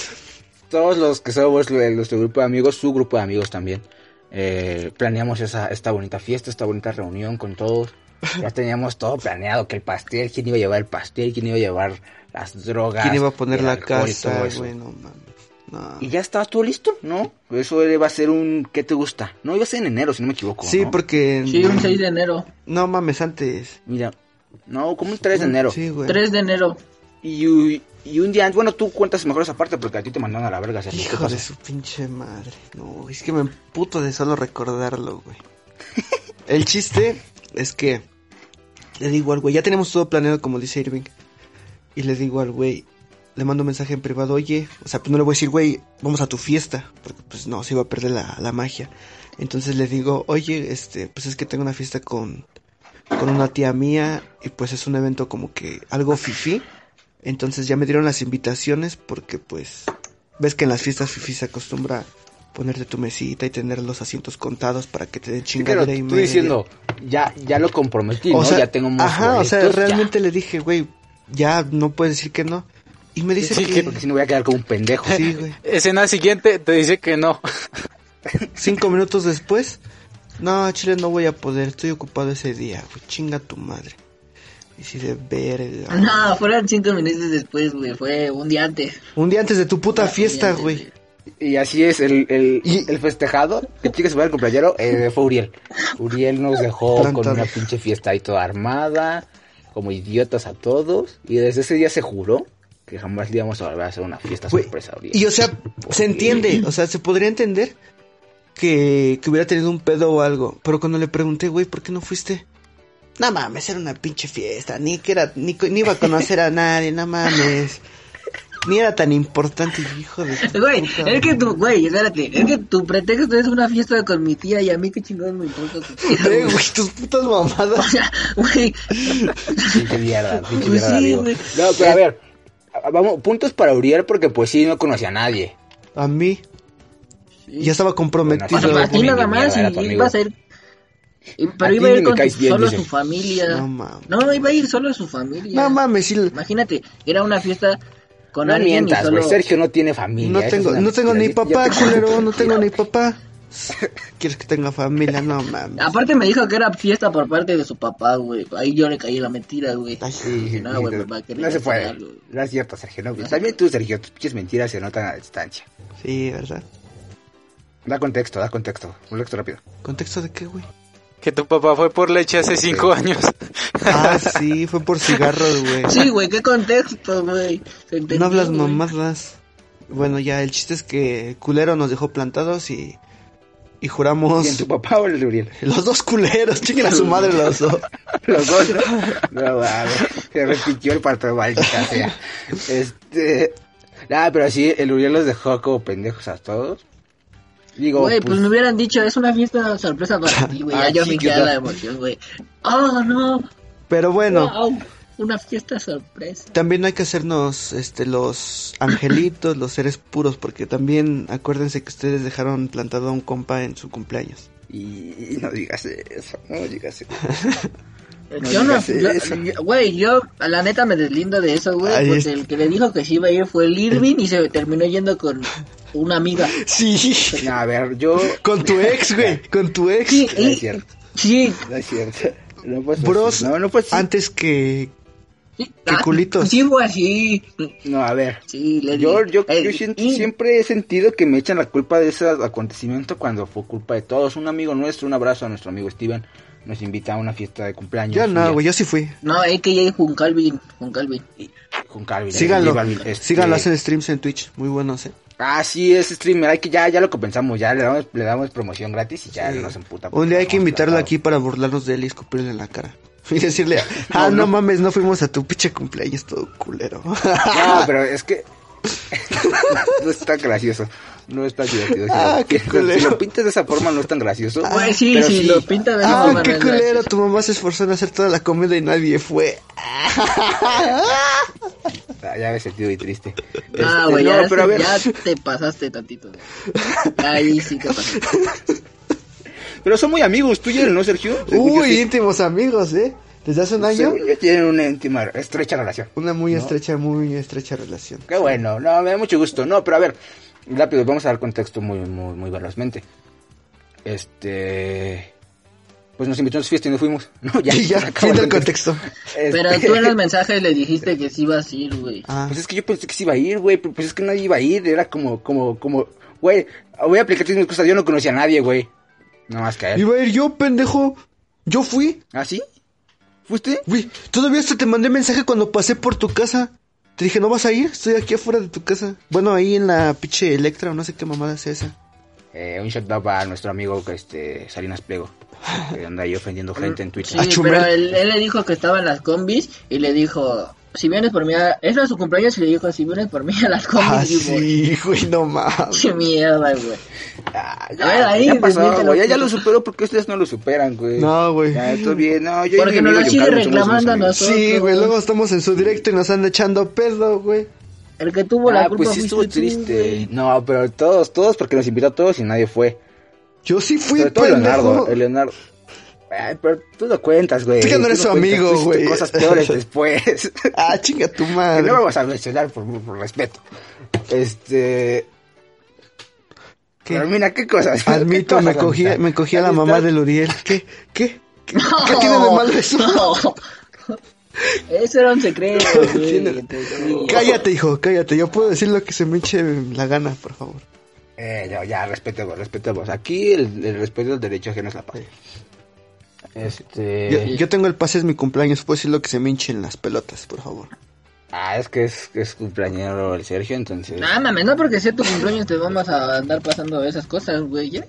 Speaker 2: todos los que somos de nuestro grupo de amigos, su grupo de amigos también, eh, planeamos esa, esta bonita fiesta, esta bonita reunión con todos. Ya teníamos todo planeado, que el pastel, quién iba a llevar el pastel, quién iba a llevar las drogas.
Speaker 3: ¿Quién iba a poner
Speaker 2: el
Speaker 3: la
Speaker 2: alcohol y todo
Speaker 3: casa,
Speaker 2: eso.
Speaker 3: güey? No mames. No.
Speaker 2: Y ya estaba todo listo, ¿no? Eso iba a ser un... ¿Qué te gusta? No, iba a ser en enero, si no me equivoco.
Speaker 3: Sí,
Speaker 2: ¿no?
Speaker 3: porque...
Speaker 4: Sí, un 6 de enero.
Speaker 3: No mames, antes.
Speaker 2: Mira, no, como un 3 de enero.
Speaker 3: Sí, güey.
Speaker 4: 3 de enero.
Speaker 2: Y, y un día... antes- Bueno, tú cuentas mejor esa parte porque a ti te mandaron a la verga. Sergio, ¿qué
Speaker 3: Hijo
Speaker 2: pasó?
Speaker 3: de su pinche madre. No, es que me puto de solo recordarlo, güey. El chiste es que le digo al güey, ya tenemos todo planeado como dice Irving. Y le digo al güey, le mando un mensaje en privado, oye, o sea, pues no le voy a decir, güey, vamos a tu fiesta, porque pues no, se iba a perder la, la magia. Entonces le digo, oye, este, pues es que tengo una fiesta con, con una tía mía y pues es un evento como que algo fifí. Entonces ya me dieron las invitaciones porque pues ves que en las fiestas fifí se acostumbra ponerte tu mesita y tener los asientos contados para que te den
Speaker 2: Sí, pero
Speaker 3: chingadera y
Speaker 2: tú
Speaker 3: media.
Speaker 2: diciendo, ya, ya lo comprometí, ¿no? ya tengo más
Speaker 3: Ajá, o sea,
Speaker 2: boletos, ya.
Speaker 3: realmente le dije, güey, ya no puedes decir que no. Y me dice
Speaker 2: Sí,
Speaker 3: que...
Speaker 2: porque si no voy a quedar como un pendejo.
Speaker 3: Sí, güey.
Speaker 1: Escena siguiente te dice que no.
Speaker 3: Cinco minutos después, no, Chile, no voy a poder, estoy ocupado ese día, güey, chinga tu madre. Y si de verga.
Speaker 4: No, fueron 5 minutos después, güey. Fue un día antes.
Speaker 3: Un día antes de tu puta
Speaker 4: Ah,
Speaker 3: fiesta,
Speaker 4: bien,
Speaker 3: güey.
Speaker 4: bien,
Speaker 2: Y así es, el, el, el festejado, el chico que se fue al cumpleañero, eh, fue Uriel. Uriel nos dejó con
Speaker 3: Plantado.
Speaker 2: una pinche fiesta ahí toda armada, como idiotas a todos. Y desde ese día se juró que jamás le íbamos a volver a hacer una fiesta
Speaker 3: Güey,
Speaker 2: sorpresa a Uriel.
Speaker 3: Y o sea, se entiende, o sea, se podría entender que, que hubiera tenido un pedo o algo. Pero cuando le pregunté, güey, ¿por qué no fuiste? No mames, era una pinche fiesta, ni que era, ni, co- ni iba a conocer a nadie, no mames. Ni era tan importante, hijo de tu
Speaker 4: Güey,
Speaker 3: puta
Speaker 4: es que
Speaker 3: madre.
Speaker 4: tu, güey, espérate, es que tu pretexto es una fiesta con mi tía y a mí qué chingón me importa tu tía,
Speaker 3: Eh,
Speaker 4: güey.
Speaker 3: güey, tus putas mamadas.
Speaker 4: Güey,
Speaker 2: Pinche mierda, pinche
Speaker 4: Pues
Speaker 2: mierda,
Speaker 4: sí,
Speaker 2: digo.
Speaker 4: güey.
Speaker 2: No, pero a ver, a- vamos, puntos para Uriel porque pues sí, no conocía a nadie.
Speaker 3: A mí. Ya estaba comprometido.
Speaker 4: para, para ti
Speaker 2: Ni mierda
Speaker 4: nada más
Speaker 2: era tu
Speaker 4: y
Speaker 2: amigo.
Speaker 4: iba a ser... y-
Speaker 2: A
Speaker 4: Pero
Speaker 2: ti
Speaker 4: iba a
Speaker 2: ni
Speaker 4: ir
Speaker 2: me
Speaker 4: con tu-
Speaker 2: caes bien,
Speaker 4: solo
Speaker 2: dice.
Speaker 4: su familia.
Speaker 3: No mames.
Speaker 4: No, iba a ir solo su familia.
Speaker 3: No mames, sí,
Speaker 4: Imagínate, era una fiesta con
Speaker 2: No
Speaker 4: alguien y
Speaker 2: mientas,
Speaker 4: solo...
Speaker 2: güey. Sergio no tiene familia.
Speaker 3: no
Speaker 2: esa
Speaker 3: tengo,
Speaker 2: es una
Speaker 3: no tengo ni
Speaker 2: mentira.
Speaker 3: papá,
Speaker 2: Ya te-
Speaker 3: culero, no tengo ni papá. ¿Quieres que tenga familia? No mames.
Speaker 4: Aparte me dijo que era fiesta por parte de su papá, güey. Ahí yo le caí la mentira, güey.
Speaker 3: Ay,
Speaker 2: Sí,
Speaker 4: No,
Speaker 2: sí,
Speaker 4: güey,
Speaker 2: no,
Speaker 4: papá, que
Speaker 2: no se
Speaker 4: regresar
Speaker 2: puede.
Speaker 4: algo.
Speaker 2: No es cierto, Sergio. No, también tú, Sergio, tus pinches mentiras se notan a distancia.
Speaker 3: Sí, ¿verdad?
Speaker 2: Da contexto, da contexto. Contexto rápido.
Speaker 3: ¿Contexto de qué, güey?
Speaker 1: Que tu papá fue por leche hace cinco años.
Speaker 3: Ah, sí, fue por cigarros, güey.
Speaker 4: Sí, güey, qué contexto, güey. Se entendió,
Speaker 3: no hablas
Speaker 4: güey.
Speaker 3: mamadas. Bueno, ya, el chiste es que el culero nos dejó plantados y, y
Speaker 2: ¿Quién,
Speaker 3: juramos...
Speaker 2: tu papá o el de Uriel?
Speaker 3: Los dos culeros, chiquen a su madre los dos.
Speaker 2: Los dos, ¿no? No, mames. Se repitió el parto de maldita sea. Este. Nada, pero sí, el Uriel los dejó como pendejos a todos. Digo,
Speaker 4: Güey, pues,
Speaker 2: pues,
Speaker 4: me hubieran dicho, es una fiesta sorpresa para ti, güey.
Speaker 2: Ah,
Speaker 4: Ya yo me
Speaker 2: sí, ¿qué
Speaker 4: quedé a la
Speaker 2: tal?
Speaker 4: emoción, güey. Oh, no.
Speaker 3: Pero bueno,
Speaker 4: Wow, una fiesta sorpresa.
Speaker 3: también hay que hacernos este los angelitos, los seres puros, porque también acuérdense que ustedes dejaron plantado a un compa en su cumpleaños.
Speaker 2: y, y no digas eso, no digas eso. No
Speaker 4: Eh, yo no,
Speaker 2: digas
Speaker 4: yo-
Speaker 2: eso.
Speaker 4: yo- güey, yo, a la neta me deslindo de eso, güey.
Speaker 3: Ahí Eh.
Speaker 4: Porque
Speaker 3: está.
Speaker 4: el que le dijo que sí iba a ir fue el Irving y se terminó yendo con una amiga.
Speaker 3: Sí,
Speaker 2: No, a ver, yo.
Speaker 3: con tu ex, güey, con tu ex.
Speaker 4: Sí,
Speaker 2: No es
Speaker 4: y-
Speaker 2: cierto,
Speaker 4: sí,
Speaker 2: no es cierto. No, pues,
Speaker 3: Bros,
Speaker 2: no, no, pues, sí.
Speaker 3: antes que
Speaker 4: sí.
Speaker 3: Qué
Speaker 4: ah,
Speaker 3: culitos.
Speaker 4: Sí, güey, sí.
Speaker 2: no, a ver.
Speaker 4: Sí, le
Speaker 2: Yo,
Speaker 4: di-
Speaker 2: yo,
Speaker 4: eh,
Speaker 2: yo siento-
Speaker 4: y-
Speaker 2: siempre he sentido que me echan la culpa de ese acontecimiento cuando fue culpa de todos. Un amigo nuestro, un abrazo a nuestro amigo Steven, nos invita a una fiesta de cumpleaños.
Speaker 3: Yo
Speaker 2: un
Speaker 3: no,
Speaker 2: día
Speaker 3: güey, yo sí fui.
Speaker 4: No, es que ya hay Jun Calvin, Jun Calvin.
Speaker 2: Con Calvin.
Speaker 3: Síganlo,
Speaker 2: Calvin, este,
Speaker 3: síganlo, hacen streams en Twitch, muy buenos, eh.
Speaker 2: Ah, sí, es streamer, hay que, ya, ya lo compensamos, ya le damos, le damos promoción gratis y ya
Speaker 3: Sí.
Speaker 2: nos emputa.
Speaker 3: Un día hay que
Speaker 2: Vamos,
Speaker 3: invitarlo
Speaker 2: claro.
Speaker 3: aquí para burlarnos de él y escupirle en la cara. Y decirle, ah, no, mames, no fuimos a tu pinche cumpleaños, todo culero.
Speaker 2: No, pero es que. no es tan gracioso. No es tan divertido. Si,
Speaker 3: Ah,
Speaker 2: lo,
Speaker 3: qué
Speaker 2: si
Speaker 3: culero.
Speaker 2: lo pintas de esa forma, no es tan gracioso.
Speaker 4: Güey, Pues sí,
Speaker 2: pero
Speaker 4: sí, lo pinta de esa
Speaker 3: ah,
Speaker 4: forma,
Speaker 3: qué
Speaker 4: no es
Speaker 3: culero,
Speaker 4: gracioso.
Speaker 3: tu mamá se esforzó en hacer toda la comida y nadie fue.
Speaker 2: Ah, ya me he sentido y triste.
Speaker 4: Ah,
Speaker 2: Este,
Speaker 4: güey,
Speaker 2: no,
Speaker 4: ya,
Speaker 2: pero a ver.
Speaker 4: ya te pasaste tantito. güey. Ahí sí que pasaste.
Speaker 2: Pero son muy amigos, tú y él, ¿no, Sergio?
Speaker 3: Uy,
Speaker 2: Yo sí-
Speaker 3: íntimos amigos, ¿eh? Desde hace un año,
Speaker 2: según yo tienen una íntima, estrecha relación.
Speaker 3: una muy estrecha, muy estrecha relación.
Speaker 2: Qué bueno, no, me da mucho gusto. No, pero a ver, rápido, vamos a dar contexto muy, muy, muy velozmente. Este. Pues nos invitó a su fiesta y nos fuimos. No, ya.
Speaker 3: y ya,
Speaker 2: se acabó
Speaker 3: fin
Speaker 2: el
Speaker 3: del contexto.
Speaker 2: Este-
Speaker 4: Pero tú en los mensajes le dijiste que sí ibas a ir, güey.
Speaker 3: Ah,
Speaker 2: Pues es que yo pensé que sí iba a ir, güey, pero pues es que nadie iba a ir, era como, como, como, güey, voy a aplicar mis cosas, yo no conocía a nadie, güey. Nada más que a él.
Speaker 3: iba a ir yo, pendejo. Yo fui,
Speaker 2: ¿Ah, sí? ¿Fuiste?
Speaker 3: güey. Todavía hasta te mandé mensaje cuando pasé por tu casa. Te dije, ¿no vas a ir? Estoy aquí afuera de tu casa. Bueno, ahí en la pinche Electra o no sé qué mamada es esa.
Speaker 2: Eh, un shout out para nuestro amigo, este, Salinas Pliego, que anda ahí ofendiendo gente en
Speaker 4: Sí,
Speaker 2: Twitter.
Speaker 3: A chumel.
Speaker 4: pero él, él le dijo que estaba en las combis y le dijo, si vienes por mí a... Eso a su cumpleaños y le dijo, si vienes por mí a las combis.
Speaker 3: Ah,
Speaker 4: y voy.
Speaker 3: sí, güey, no mames.
Speaker 4: Qué mierda, güey.
Speaker 2: Ah,
Speaker 4: A ver, ahí,
Speaker 2: ya pasó,
Speaker 4: desmiéntelo.
Speaker 2: güey, ya, ya lo superó porque ustedes no lo superan, güey.
Speaker 3: No, güey.
Speaker 2: Ya, todo bien, no, yo y
Speaker 4: Porque
Speaker 2: mi
Speaker 4: nos
Speaker 2: amigo
Speaker 4: la
Speaker 2: John Carlos
Speaker 4: sigue
Speaker 2: somos unos
Speaker 4: reclamando a
Speaker 2: amigos.
Speaker 3: Sí, güey, luego estamos en su directo y nos andan echando pedo, güey.
Speaker 4: El que tuvo la
Speaker 2: Ah,
Speaker 4: culpa
Speaker 2: pues sí
Speaker 4: fuiste
Speaker 2: estuvo
Speaker 4: tú,
Speaker 2: triste.
Speaker 4: güey.
Speaker 2: No, pero todos, todos, porque nos invitó a todos y nadie fue.
Speaker 3: Yo sí fui,
Speaker 2: Sobre todo Leonardo,
Speaker 3: pendejo.
Speaker 2: el Leonardo. Ay, pero tú lo cuentas, güey.
Speaker 3: Tú que no eres su
Speaker 2: cuentas,
Speaker 3: amigo,
Speaker 2: tú hiciste
Speaker 3: güey.
Speaker 2: cosas peores después.
Speaker 3: Ah, chinga tu
Speaker 2: que
Speaker 3: madre.
Speaker 2: no vamos a mencionar por, por respeto. Este.
Speaker 3: ¿Qué?
Speaker 2: Pero mira, qué cosas. ¿Qué
Speaker 3: Admito,
Speaker 2: cosas,
Speaker 3: me
Speaker 2: amistad?
Speaker 3: cogía, me cogía la mamá
Speaker 2: Amistad.
Speaker 3: del Uriel. ¿Qué? ¿Qué? ¿Qué, qué tiene de malo eso?
Speaker 4: Eso era un secreto, güey.
Speaker 3: Tiene-
Speaker 4: te digo.
Speaker 3: Cállate, hijo, cállate. Yo puedo decir lo que se me eche la gana, por favor.
Speaker 2: Eh, ya, ya, respetemos, respetemos. Aquí el, el respeto del derecho ajeno es la paz. Este.
Speaker 3: Yo, yo tengo el pase, es mi cumpleaños. Puedo decir lo que se me hinche en las pelotas, por favor.
Speaker 2: Ah, es que es, es cumpleañero el Sergio, entonces.
Speaker 4: No, mames, no porque sea tu cumpleaños te vamos a andar pasando esas cosas, güey. Ya,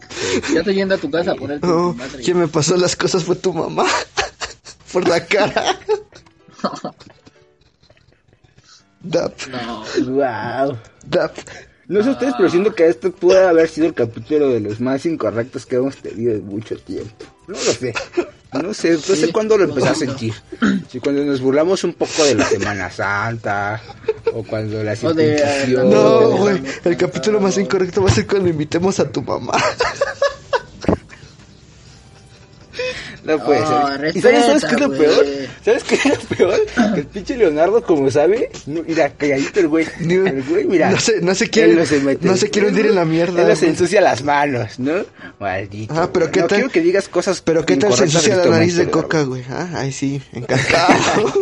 Speaker 4: ya te yendo a tu casa a poner tu
Speaker 3: Oh,
Speaker 4: madre.
Speaker 3: quien me pasó las cosas fue tu mamá. por la cara. Dap,
Speaker 4: No.
Speaker 2: Wow.
Speaker 3: dap.
Speaker 2: No sé ustedes, pero siento que este puede haber sido el capítulo de los más incorrectos que hemos tenido en mucho tiempo. No lo sé. No sé, no sé cuándo lo empecé a sentir. Si cuando nos burlamos un poco de la Semana Santa, o cuando la
Speaker 4: O de-
Speaker 2: circuncisión.
Speaker 3: ah, No,
Speaker 4: Oh.
Speaker 3: güey. El capítulo más incorrecto va a ser cuando invitemos a tu mamá.
Speaker 2: No puede ser.
Speaker 4: No,
Speaker 2: ¿Y sabes, sabes
Speaker 4: respeta,
Speaker 2: qué es lo
Speaker 4: güey.
Speaker 2: peor? ¿Sabes qué es lo peor? Que el pinche Leonardo, como sabe, no- mira, calladito el güey.
Speaker 3: Ni-
Speaker 2: El güey, mira.
Speaker 3: no se- no se
Speaker 2: él
Speaker 3: quiere-
Speaker 2: mete.
Speaker 3: no se quiere hundir en la mierda,
Speaker 2: Él se
Speaker 3: güey.
Speaker 2: ensucia las manos, ¿no? Maldito.
Speaker 3: Ah, pero
Speaker 2: güey.
Speaker 3: qué
Speaker 2: no,
Speaker 3: tal-
Speaker 2: quiero que digas cosas
Speaker 3: Pero qué tal se
Speaker 2: incorrectas
Speaker 3: ensucia
Speaker 2: en
Speaker 3: la
Speaker 2: este
Speaker 3: nariz de
Speaker 2: momento, Leonardo.
Speaker 3: coca, güey. Ah, ahí sí, encantado.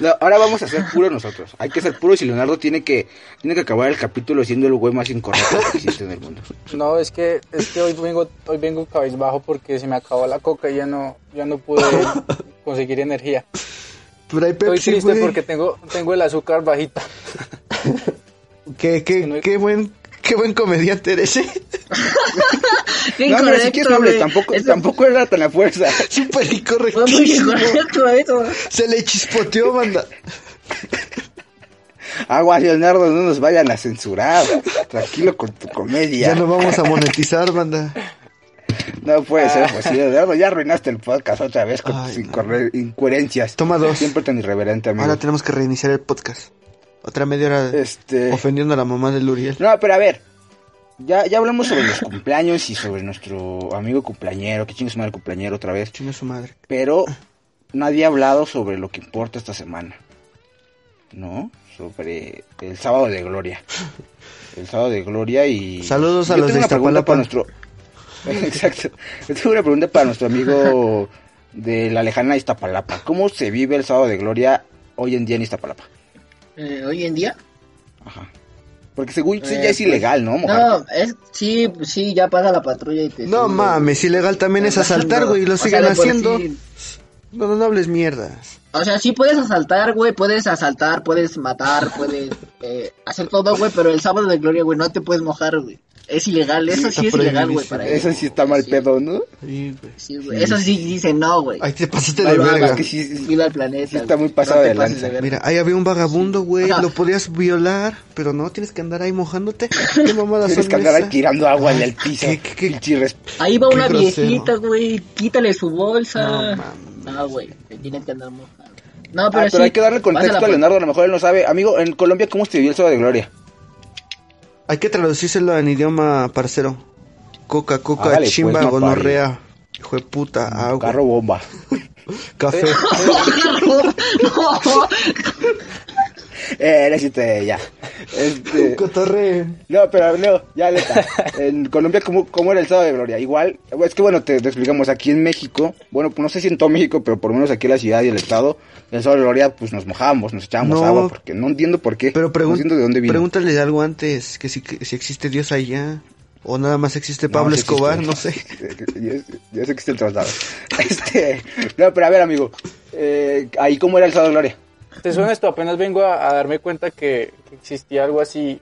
Speaker 2: No, ahora vamos a ser puros nosotros. Hay que ser puros y Leonardo tiene que, tiene que acabar el capítulo siendo el güey más incorrecto que existe en el mundo.
Speaker 1: No, es que, es que hoy vengo, hoy vengo cabizbajo porque se me acabó la coca y ya no, ya no pude conseguir energía.
Speaker 3: Pero hay
Speaker 1: Estoy
Speaker 3: Pepsi,
Speaker 1: triste
Speaker 3: güey.
Speaker 1: porque tengo, tengo el azúcar bajita.
Speaker 3: Qué, qué,
Speaker 1: no hay-
Speaker 3: qué buen, qué buen comediante eres, ¿eh?
Speaker 4: Qué
Speaker 2: No, pero si quieres no hables,
Speaker 4: güey.
Speaker 2: tampoco,
Speaker 4: Eso
Speaker 2: tampoco era tan a fuerza.
Speaker 3: Súper
Speaker 4: Fue muy
Speaker 3: incorrectísimo.
Speaker 4: incorrecto eso.
Speaker 3: Se le chispoteó, banda.
Speaker 2: Agua, Leonardo, no nos vayan a censurar. Tranquilo con tu comedia.
Speaker 3: Ya no vamos a monetizar, banda.
Speaker 2: No puede ser posible, Eduardo. Ya arruinaste el podcast otra vez con
Speaker 3: Ah. Ay,
Speaker 2: tus
Speaker 3: no.
Speaker 2: incorre- incoherencias.
Speaker 3: Toma dos.
Speaker 2: Siempre tan irreverente, amigo.
Speaker 3: Ahora tenemos que reiniciar el podcast. Otra media hora
Speaker 2: Este.
Speaker 3: ofendiendo a la mamá del Uriel.
Speaker 2: No, pero a ver. Ya, ya hablamos sobre los cumpleaños y sobre nuestro amigo cumpleañero. Que chingos mal cumpleañero otra vez.
Speaker 3: Chinga su madre.
Speaker 2: Pero nadie ha hablado sobre lo que importa esta semana. ¿No? Sobre el sábado de gloria. El sábado de gloria y.
Speaker 3: Saludos a
Speaker 2: Yo
Speaker 3: los de
Speaker 2: tengo una pregunta para nuestro.
Speaker 3: Iztapalapa.
Speaker 2: Exacto. Yo tengo una pregunta para nuestro amigo de la lejana Iztapalapa. ¿Cómo se vive el sábado de gloria hoy en día en Iztapalapa?
Speaker 4: Eh, Hoy en día.
Speaker 2: Ajá. Porque según sí,
Speaker 4: Eh,
Speaker 2: ya es
Speaker 4: pues,
Speaker 2: ilegal, ¿no? Mojarte.
Speaker 4: No, es, sí, sí, ya pasa la patrulla y te.
Speaker 3: No
Speaker 4: sube.
Speaker 3: mames, ilegal también es asaltar, güey. y Lo
Speaker 4: O sea,
Speaker 3: siguen
Speaker 4: de por
Speaker 3: haciendo.
Speaker 4: sí,
Speaker 3: No, no, no hables mierdas.
Speaker 4: O sea, sí puedes asaltar, güey, puedes asaltar, puedes matar, puedes eh, hacer todo, güey, pero el sábado de gloria, güey, no te puedes mojar, güey. Es ilegal, eso
Speaker 3: Está
Speaker 4: sí es ilegal, güey,
Speaker 3: prohibidísimo.
Speaker 4: para ellos.
Speaker 2: Eso sí está mal
Speaker 4: Sí.
Speaker 2: pedo, ¿no?
Speaker 3: Sí, güey.
Speaker 4: Sí, güey, Eso sí dice no, güey.
Speaker 3: Ahí te pasaste
Speaker 2: Ay,
Speaker 3: de
Speaker 2: va,
Speaker 3: verga.
Speaker 2: va, que sí- sí-
Speaker 4: Viva el planeta.
Speaker 2: sí está muy
Speaker 4: güey.
Speaker 2: pasado
Speaker 4: te
Speaker 2: de
Speaker 4: pases
Speaker 2: lanza.
Speaker 4: verga.
Speaker 3: Mira, ahí había un vagabundo, güey.
Speaker 4: O sea-
Speaker 3: lo podías violar, pero no tienes que andar ahí mojándote. Qué mamada
Speaker 2: Tienes
Speaker 3: son
Speaker 2: que andar ahí
Speaker 3: esas?
Speaker 2: tirando agua en el piso.
Speaker 3: qué- qué- qué-
Speaker 2: Pinche irresp-
Speaker 4: Ahí va
Speaker 3: Qué
Speaker 4: una
Speaker 3: grosero.
Speaker 4: viejita, güey, quítale su bolsa.
Speaker 3: No mames.
Speaker 4: No, güey, te tienen que andar mojando. No, pero,
Speaker 2: Ah, pero
Speaker 4: sí,
Speaker 2: hay que darle contexto
Speaker 4: pásala, pues.
Speaker 2: a Leonardo, a lo mejor él no sabe. Amigo, en Colombia, ¿cómo se vivió el sábado de gloria?
Speaker 3: Hay que traducírselo en idioma parcero. Coca, coca,
Speaker 2: Hágale, pues,
Speaker 3: chimba,
Speaker 2: no pare.
Speaker 3: gonorrea, hijo de puta, agua,
Speaker 2: Carro bomba.
Speaker 3: café.
Speaker 2: Eh, eres este, ya. Este,
Speaker 3: Cotorre.
Speaker 2: no, pero Leo, ya leta. En Colombia, ¿cómo, ¿cómo era el sábado de gloria? Igual, es que bueno, te, te explicamos, aquí en México, bueno, no sé si en todo México, pero por lo menos aquí en la ciudad y el estado, el sábado de gloria, pues nos mojamos, nos echábamos
Speaker 3: No.
Speaker 2: agua, porque no entiendo por qué.
Speaker 3: Pero
Speaker 2: no
Speaker 3: pregun-
Speaker 2: entiendo de dónde viene.
Speaker 3: pregúntale algo antes, que si, que si existe Dios allá, o nada más existe Pablo
Speaker 2: No, sí
Speaker 3: Escobar,
Speaker 2: existe.
Speaker 3: no sé.
Speaker 2: Yo, yo sé que está el traslado. Este, no, pero a ver, amigo. eh, ahí, ¿cómo era el sábado de gloria?
Speaker 1: Te suena esto, apenas vengo a, a darme cuenta que, que existía algo así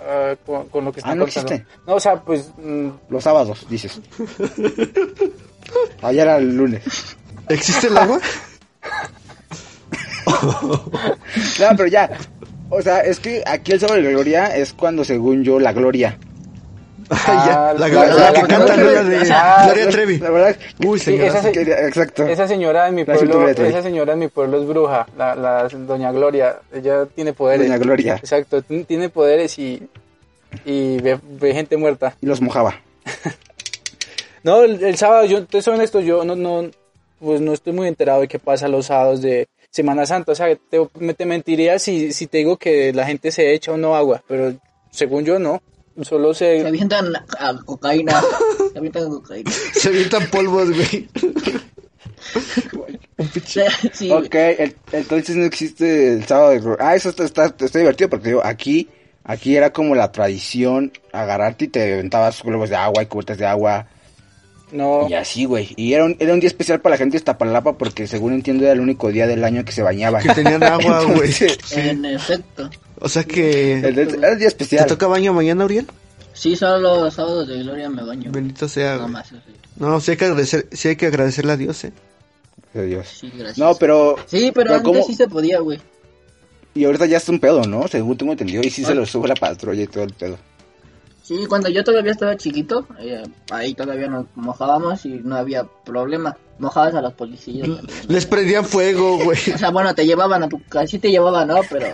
Speaker 1: ah, con, con lo que
Speaker 2: Ah,
Speaker 1: están
Speaker 2: ¿no
Speaker 1: contando.
Speaker 2: existe?
Speaker 1: No, o sea, pues mm,
Speaker 2: Los sábados, dices. Allá era el lunes.
Speaker 3: ¿Existe el agua?
Speaker 2: No, pero ya. O sea, es que aquí el sábado de gloria es cuando, según yo, la gloria.
Speaker 3: Ah, ya, la,
Speaker 1: la-
Speaker 3: la- la
Speaker 1: la-
Speaker 3: que
Speaker 1: la-
Speaker 3: canta
Speaker 1: la-
Speaker 3: no la de
Speaker 1: Ah,
Speaker 3: Gloria Trevi.
Speaker 2: La verdad.
Speaker 3: Uy,
Speaker 1: Sí,
Speaker 3: señora.
Speaker 1: esa-
Speaker 2: sí quería- exacto.
Speaker 1: Esa señora de mi
Speaker 2: Gracias,
Speaker 1: pueblo,
Speaker 2: Gloria Trevi.
Speaker 1: esa señora de mi pueblo es bruja, la, la doña Gloria, ella tiene poderes.
Speaker 2: Doña Gloria.
Speaker 1: Exacto, t- tiene poderes y, y ve, ve gente muerta.
Speaker 2: Y los mojaba.
Speaker 1: No, el, el sábado, yo te soy honesto, yo no, no, pues no estoy muy enterado de qué pasa los sábados de Semana Santa, o sea, te, me- te mentiría si, si te digo que la gente se echa o no agua, pero según yo no, solo
Speaker 4: Se
Speaker 1: se...
Speaker 4: avientan a cocaína. Se avientan a cocaína.
Speaker 3: Se avientan polvos, güey. Un pinche.
Speaker 4: Sí, güey.
Speaker 2: Ok, el- entonces no existe el sábado de gloria. Ah, eso está, está, está divertido porque digo, aquí, aquí era como la tradición agarrarte y te aventabas globos de agua y cubetas de agua.
Speaker 1: No,
Speaker 2: Y así, güey. Y era un, era un día especial para la gente de Iztapalapa porque según entiendo era el único día del año que se bañaban.
Speaker 3: Que tenían agua, güey.
Speaker 2: Entonces,
Speaker 4: En efecto.
Speaker 3: O sea que.
Speaker 2: Entonces, era un día
Speaker 3: ¿Te
Speaker 2: especial.
Speaker 3: toca baño mañana, Uriel?
Speaker 4: Sí, solo los sábados de gloria me baño.
Speaker 3: Bendito sea.
Speaker 4: No
Speaker 3: güey.
Speaker 4: más, sí.
Speaker 3: No, sí hay que agradecer, sí hay que agradecerle a Dios, eh.
Speaker 2: Ay, Dios.
Speaker 4: Sí, gracias.
Speaker 2: No, pero...
Speaker 4: Sí, pero, antes
Speaker 2: ¿cómo?
Speaker 4: sí se podía, güey.
Speaker 2: Y ahorita ya es un pedo, ¿no? Según tengo entendido. Y sí se lo sube la patrulla y todo el pedo.
Speaker 4: Sí, cuando yo todavía estaba chiquito, eh, ahí todavía nos mojábamos y no había problema. Mojabas a los policías. también.
Speaker 3: Les prendían fuego, güey.
Speaker 4: O sea, bueno, te llevaban a tu casa, sí te llevaban, ¿no? Pero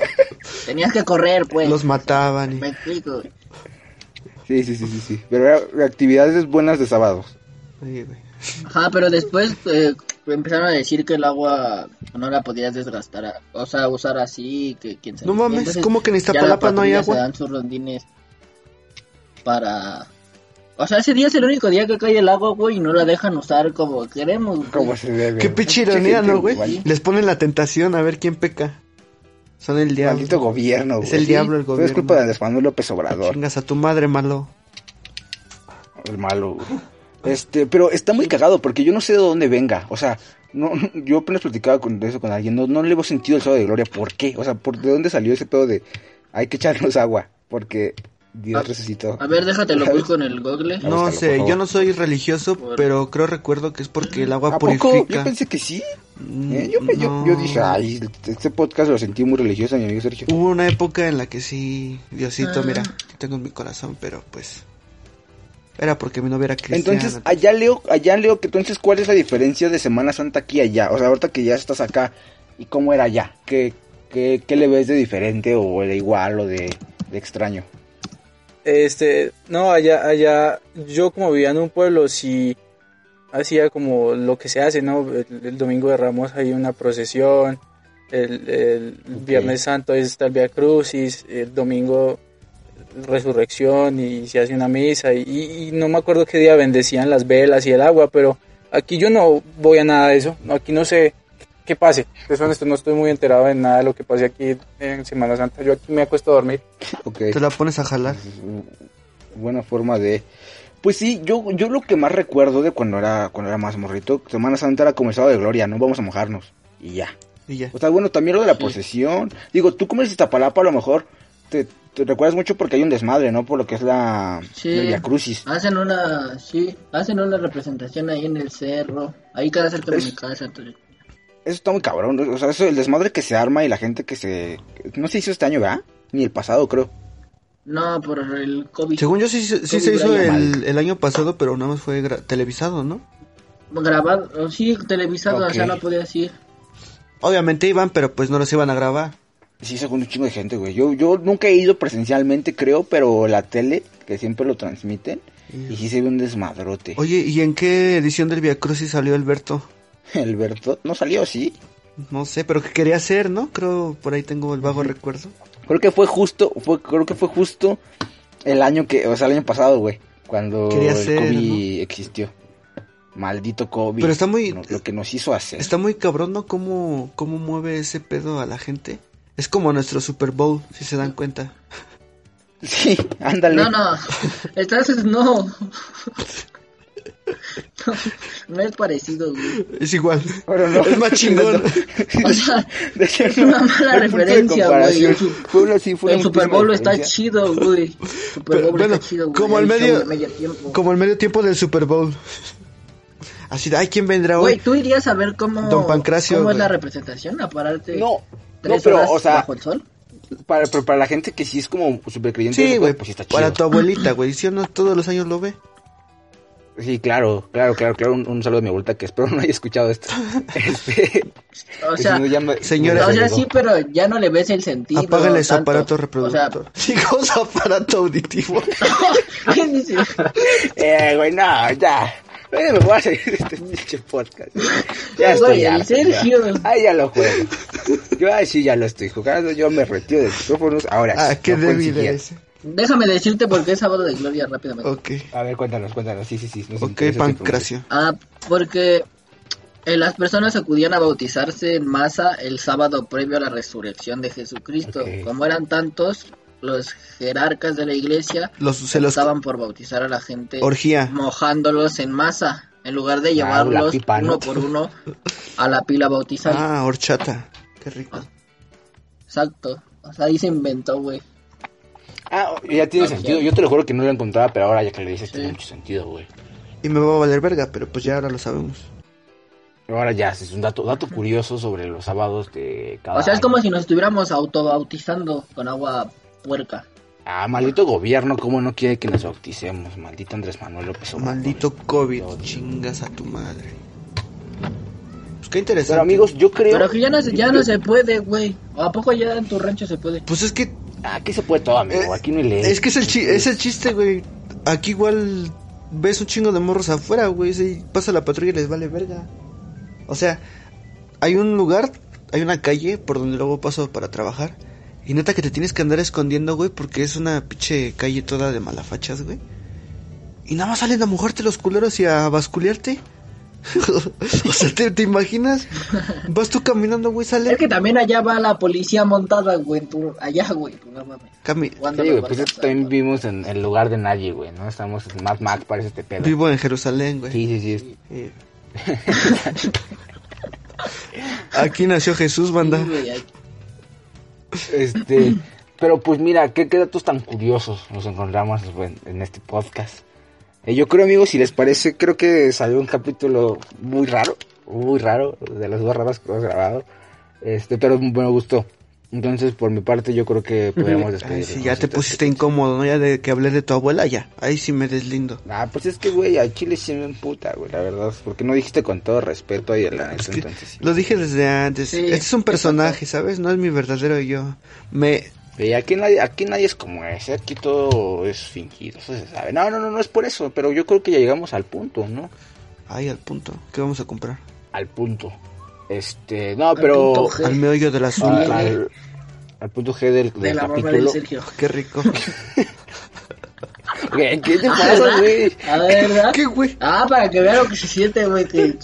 Speaker 4: tenías que correr, pues.
Speaker 3: Los mataban. y-
Speaker 4: Me explico, güey.
Speaker 2: Sí, sí, sí, sí, sí. Pero era actividades buenas de sábado.
Speaker 3: Sí, güey.
Speaker 4: Ajá, pero después eh, empezaron a decir que el agua no la podías desgastar, a- o sea, usar así, que quién sabe.
Speaker 3: No
Speaker 4: qué.
Speaker 3: mames,
Speaker 4: Entonces,
Speaker 3: ¿cómo que en
Speaker 4: ya la
Speaker 3: Iztapalapa no hay
Speaker 4: patrulla Se
Speaker 3: agua?
Speaker 4: dan sus rondines para... O sea, ese día es el único día que cae el agua, güey, y no la dejan usar como queremos. güey.
Speaker 2: ¿Cómo se debe?
Speaker 3: Qué
Speaker 2: güey?
Speaker 3: pinche ironía,
Speaker 2: gente
Speaker 3: ¿no, güey?
Speaker 2: igual.
Speaker 3: Les ponen la tentación a ver quién peca. Son el diablo.
Speaker 2: Maldito gobierno, güey.
Speaker 3: Es el diablo el
Speaker 2: Todo
Speaker 3: gobierno.
Speaker 2: Es culpa de Andrés Manuel López Obrador,
Speaker 3: Chingas a tu madre, malo.
Speaker 2: el malo. güey. Este, pero está muy cagado porque yo no sé de dónde venga. O sea, no, yo apenas platicaba con eso con alguien. No, no le hemos sentido el sábado de gloria. ¿Por qué? O sea, ¿por de dónde salió ese pedo de hay que echarnos agua? Porque Dios
Speaker 4: A-
Speaker 2: resucitó.
Speaker 4: A ver, déjate lo busco en el google.
Speaker 2: Ya,
Speaker 3: No
Speaker 2: búscalo, por
Speaker 3: sé,
Speaker 2: favor.
Speaker 3: yo no soy religioso,
Speaker 4: Por-
Speaker 3: pero creo recuerdo que es porque el agua
Speaker 2: ¿A poco? Yo
Speaker 3: purifica.
Speaker 2: pensé que sí.
Speaker 3: Mm,
Speaker 2: Eh, yo, yo-
Speaker 3: no.
Speaker 2: yo dije, ay, este podcast lo sentí muy religioso, mi amigo Sergio.
Speaker 3: Hubo una época en la que sí, Diosito,
Speaker 4: Ah.
Speaker 3: mira, te tengo en mi corazón, pero pues. Era porque mi novia era cristiana.
Speaker 2: Entonces, allá leo, allá leo que entonces cuál es la diferencia de Semana Santa aquí y allá. O sea, ahorita que ya estás acá, ¿y cómo era allá? ¿Qué, qué, qué le ves de diferente o de igual o de, de extraño?
Speaker 1: Este, no, allá, allá, yo como vivía en un pueblo, sí hacía como lo que se hace, ¿no? El, el domingo de Ramos hay una procesión, el, el
Speaker 2: Ok.
Speaker 1: Viernes Santo está el Via Crucis, el domingo resurrección y se hace una misa y, y- y no me acuerdo qué día bendecían las velas y el agua, pero aquí yo no voy a nada de eso, no, aquí no sé qué pase, es honesto, no estoy muy enterado de nada de lo que pase aquí en Semana Santa, yo aquí me acuesto a dormir.
Speaker 2: Ok.
Speaker 3: Te la pones a jalar.
Speaker 2: Buena forma de... Pues sí, yo, yo lo que más recuerdo de cuando era, cuando era más morrito, Semana Santa era como el sábado de gloria, no vamos a mojarnos. Y ya.
Speaker 3: Y ya.
Speaker 2: O sea, bueno, también lo de la posesión. Digo, tú comes Iztapalapa a lo mejor te, te recuerdas mucho porque hay un desmadre, ¿no? Por lo que es la
Speaker 4: Sí. Ah,
Speaker 2: la Via Crucis.
Speaker 4: Hacen una, sí, hacen una representación ahí en el cerro, ahí cada cerca de mi casa. entonces,
Speaker 2: Eso está muy cabrón. O sea, eso, el desmadre que se arma y la gente que se... No se hizo este año, ¿verdad? Ni el pasado, creo.
Speaker 4: No, por el COVID.
Speaker 3: Según yo sí, sí
Speaker 4: Kobe
Speaker 3: se hizo
Speaker 4: Bryant.
Speaker 3: el, el año pasado, pero nada más fue gra- televisado, ¿no?
Speaker 4: Grabado, o sí, televisado, o sea,
Speaker 2: Ok.
Speaker 4: no podías ir.
Speaker 3: Obviamente iban, pero pues no los iban a grabar.
Speaker 2: Sí, se junta un chingo de gente, güey. Yo, yo nunca he ido presencialmente, creo, pero la tele, que siempre lo transmiten, y sí se ve un desmadrote.
Speaker 3: Oye, ¿y en qué edición del Via Crucis salió Alberto?
Speaker 2: Alberto, no salió, sí.
Speaker 3: No sé, pero que quería hacer, ¿no? Creo por ahí tengo el vago recuerdo.
Speaker 2: Creo que fue justo, fue, creo que fue justo el año que, o sea, el año pasado, güey, cuando
Speaker 3: Quería
Speaker 2: el
Speaker 3: ser,
Speaker 2: COVID
Speaker 3: ¿no?
Speaker 2: existió. Maldito COVID.
Speaker 3: Pero está muy-
Speaker 2: no- lo que nos hizo hacer.
Speaker 3: Está muy cabrón, ¿no? ¿Cómo, cómo mueve ese pedo a la gente. Es como nuestro Super Bowl, si se dan cuenta.
Speaker 2: Sí, ándale.
Speaker 4: No, no, entonces no. no. No es parecido, güey.
Speaker 3: Es igual.
Speaker 2: Pero no.
Speaker 3: Es más chingón.
Speaker 4: O sea,
Speaker 2: De hecho,
Speaker 4: Es una
Speaker 2: no, no hay
Speaker 4: mala
Speaker 2: punto de
Speaker 4: referencia,
Speaker 2: comparación.
Speaker 4: güey.
Speaker 2: Fue una- sí, fue
Speaker 4: el
Speaker 2: un
Speaker 4: Super
Speaker 2: punto de
Speaker 4: Bowl está
Speaker 2: referencia.
Speaker 4: chido, güey. Super
Speaker 3: Pero,
Speaker 4: Bowl
Speaker 3: bueno,
Speaker 4: está chido, güey.
Speaker 3: como
Speaker 4: Ya
Speaker 3: el
Speaker 4: viste
Speaker 3: medio-
Speaker 4: el medio tiempo.
Speaker 3: Como el medio tiempo del Super Bowl. Así de, ay, ¿quién vendrá
Speaker 4: Güey,
Speaker 3: hoy?
Speaker 4: tú irías a ver cómo,
Speaker 3: Don Pancracio,
Speaker 4: cómo es
Speaker 3: güey.
Speaker 4: la representación, a pararte
Speaker 2: No, no,
Speaker 4: tres
Speaker 2: pero,
Speaker 4: horas
Speaker 2: o sea,
Speaker 4: bajo el sol.
Speaker 2: para, pero para la gente que sí es como súper creyente, de
Speaker 3: Sí,
Speaker 2: eso,
Speaker 3: güey.
Speaker 2: pues sí está
Speaker 3: Para tu
Speaker 2: chido.
Speaker 3: abuelita, güey. Si no todos los años lo ve.
Speaker 2: Sí, claro, claro, claro, claro. Un, un saludo a mi abuelita que espero no haya escuchado esto. Este,
Speaker 4: O
Speaker 3: pues
Speaker 2: que si
Speaker 4: sea,
Speaker 2: no, ya me-
Speaker 3: señora-
Speaker 2: me
Speaker 4: o sea,
Speaker 2: desagregó.
Speaker 4: sí, pero ya no le ves el sentido.
Speaker 3: Apágale su
Speaker 4: tanto.
Speaker 3: aparato
Speaker 4: O
Speaker 3: reproductor. Digo, su aparato auditivo.
Speaker 4: sea, ¿qué dices?
Speaker 2: Eh, güey, no, ya. Oye, me voy a salir de este pinche podcast. Ya estoy
Speaker 4: Güey,
Speaker 2: harto,
Speaker 4: Sergio.
Speaker 2: ya. Ay, ya lo juego. Yo ay, sí ya lo estoy jugando. Yo me retiro de micrófonos. Ahora sí,
Speaker 3: Ah, qué
Speaker 2: no fue el
Speaker 3: débil
Speaker 2: siguiente.
Speaker 3: eres.
Speaker 4: Déjame decirte por qué es sábado de gloria rápidamente.
Speaker 3: Ok.
Speaker 2: A ver, cuéntanos, cuéntanos. Sí, sí, sí. nos
Speaker 3: Ok,
Speaker 2: interesa tu
Speaker 3: Pancracio.
Speaker 4: Ah, porque eh, las personas acudían a bautizarse en masa el sábado previo a la resurrección de Jesucristo.
Speaker 2: Ok.
Speaker 4: Como eran tantos, los jerarcas de la iglesia
Speaker 3: Los, se los...
Speaker 4: optaban por bautizar a la gente
Speaker 3: Orgía.
Speaker 4: mojándolos en masa, en lugar de
Speaker 2: Ah, la
Speaker 4: llevarlos
Speaker 2: pipa, ¿no?
Speaker 4: uno por uno a la pila bautizada.
Speaker 3: Ah, horchata. Qué rico.
Speaker 4: Exacto. O sea, ahí se inventó, güey.
Speaker 2: Ah, ya tiene
Speaker 4: Ok.
Speaker 2: sentido. Yo te lo juro que no lo encontraba, pero ahora ya que lo dices, tiene
Speaker 4: Sí.
Speaker 2: mucho sentido, güey.
Speaker 3: Y me va a valer verga, pero pues ya ahora lo sabemos.
Speaker 2: Ahora ya, es un dato, dato curioso sobre los sábados de cada
Speaker 4: O sea, es
Speaker 2: año.
Speaker 4: como si nos estuviéramos autobautizando con agua puerca.
Speaker 2: Ah, maldito gobierno, ¿cómo no quiere que nos bauticemos? Maldito Andrés Manuel López Obrador.
Speaker 3: Maldito COVID.
Speaker 2: Lo odio.
Speaker 3: Chingas a tu madre. Pues qué interesante.
Speaker 2: Pero amigos, yo creo...
Speaker 4: Pero que ya no se,
Speaker 2: yo
Speaker 4: ya no
Speaker 2: creo-
Speaker 4: se puede, güey. ¿A poco ya en tu rancho se puede?
Speaker 3: Pues es que...
Speaker 2: Ah, Aquí se puede todo, amigo.
Speaker 3: eh,
Speaker 2: Aquí no hay ley.
Speaker 3: es que es el, chi- es el chiste, güey. Aquí igual ves un chingo de morros afuera, güey. Si pasa la patrulla y les vale verga. O sea, hay un lugar, hay una calle por donde luego paso para trabajar. Y neta que te tienes que andar escondiendo, güey, porque es una pinche calle toda de malafachas, güey. Y nada más salen a mojarte los culeros y a basculearte. o sea, ¿te, te imaginas? Vas tú caminando, güey, sale.
Speaker 4: Es que también allá va la policía montada, güey. en tu- allá, güey. pues No mames.
Speaker 3: Cami-
Speaker 4: ¿Cuándo
Speaker 2: Sí,
Speaker 4: nos
Speaker 2: güey,
Speaker 4: vas
Speaker 2: pues
Speaker 4: a
Speaker 2: es que
Speaker 4: alcanzar?
Speaker 2: también vivimos en el lugar de nadie, güey, ¿no? Estamos en Mad Max, parece este pedo.
Speaker 3: Vivo en Jerusalén, güey.
Speaker 2: Sí, sí, sí. es-
Speaker 3: Eh. Aquí nació Jesús, banda.
Speaker 4: Sí, güey, aquí-
Speaker 2: Este, pero pues mira, ¿qué, qué datos tan curiosos nos encontramos güey, en este podcast. Eh, yo creo, amigos, si les parece, creo que salió un capítulo muy raro, muy raro, de las dos raras que hemos grabado. Este, pero me gustó. Entonces, por mi parte, yo creo que podríamos
Speaker 3: Ay,
Speaker 2: despedirnos.
Speaker 3: sí, ya te pusiste incómodo, ¿no? Ya de que hablé de tu abuela, ya. Ahí sí me deslindo.
Speaker 2: Ah, pues es que, güey, a Chile sí me emputa, güey, la verdad. Porque no dijiste con todo respeto ahí la neta,
Speaker 3: Es que
Speaker 2: entonces sí.
Speaker 3: lo dije desde antes.
Speaker 4: Sí,
Speaker 3: este es un personaje, ¿sabes? No es mi verdadero yo. Me...
Speaker 2: Y aquí nadie, aquí nadie es como ese, aquí todo es fingido, eso se sabe. No, no, no, no es por eso, pero yo creo que ya llegamos al punto, ¿no?
Speaker 3: Ay, al punto. ¿Qué vamos a comprar?
Speaker 2: Al punto. Este, no, pero
Speaker 4: punto G.
Speaker 3: Al meollo del asunto.
Speaker 2: al, al- al punto G del, del
Speaker 4: De la mamá de
Speaker 2: capítulo.
Speaker 4: Sergio.
Speaker 3: Qué rico.
Speaker 2: Güey, ¿Qué te pasa, güey?
Speaker 4: A ver, ¿verdad?
Speaker 3: ¿Qué, güey?
Speaker 4: Ah, para que vea lo que se siente, güey. Que,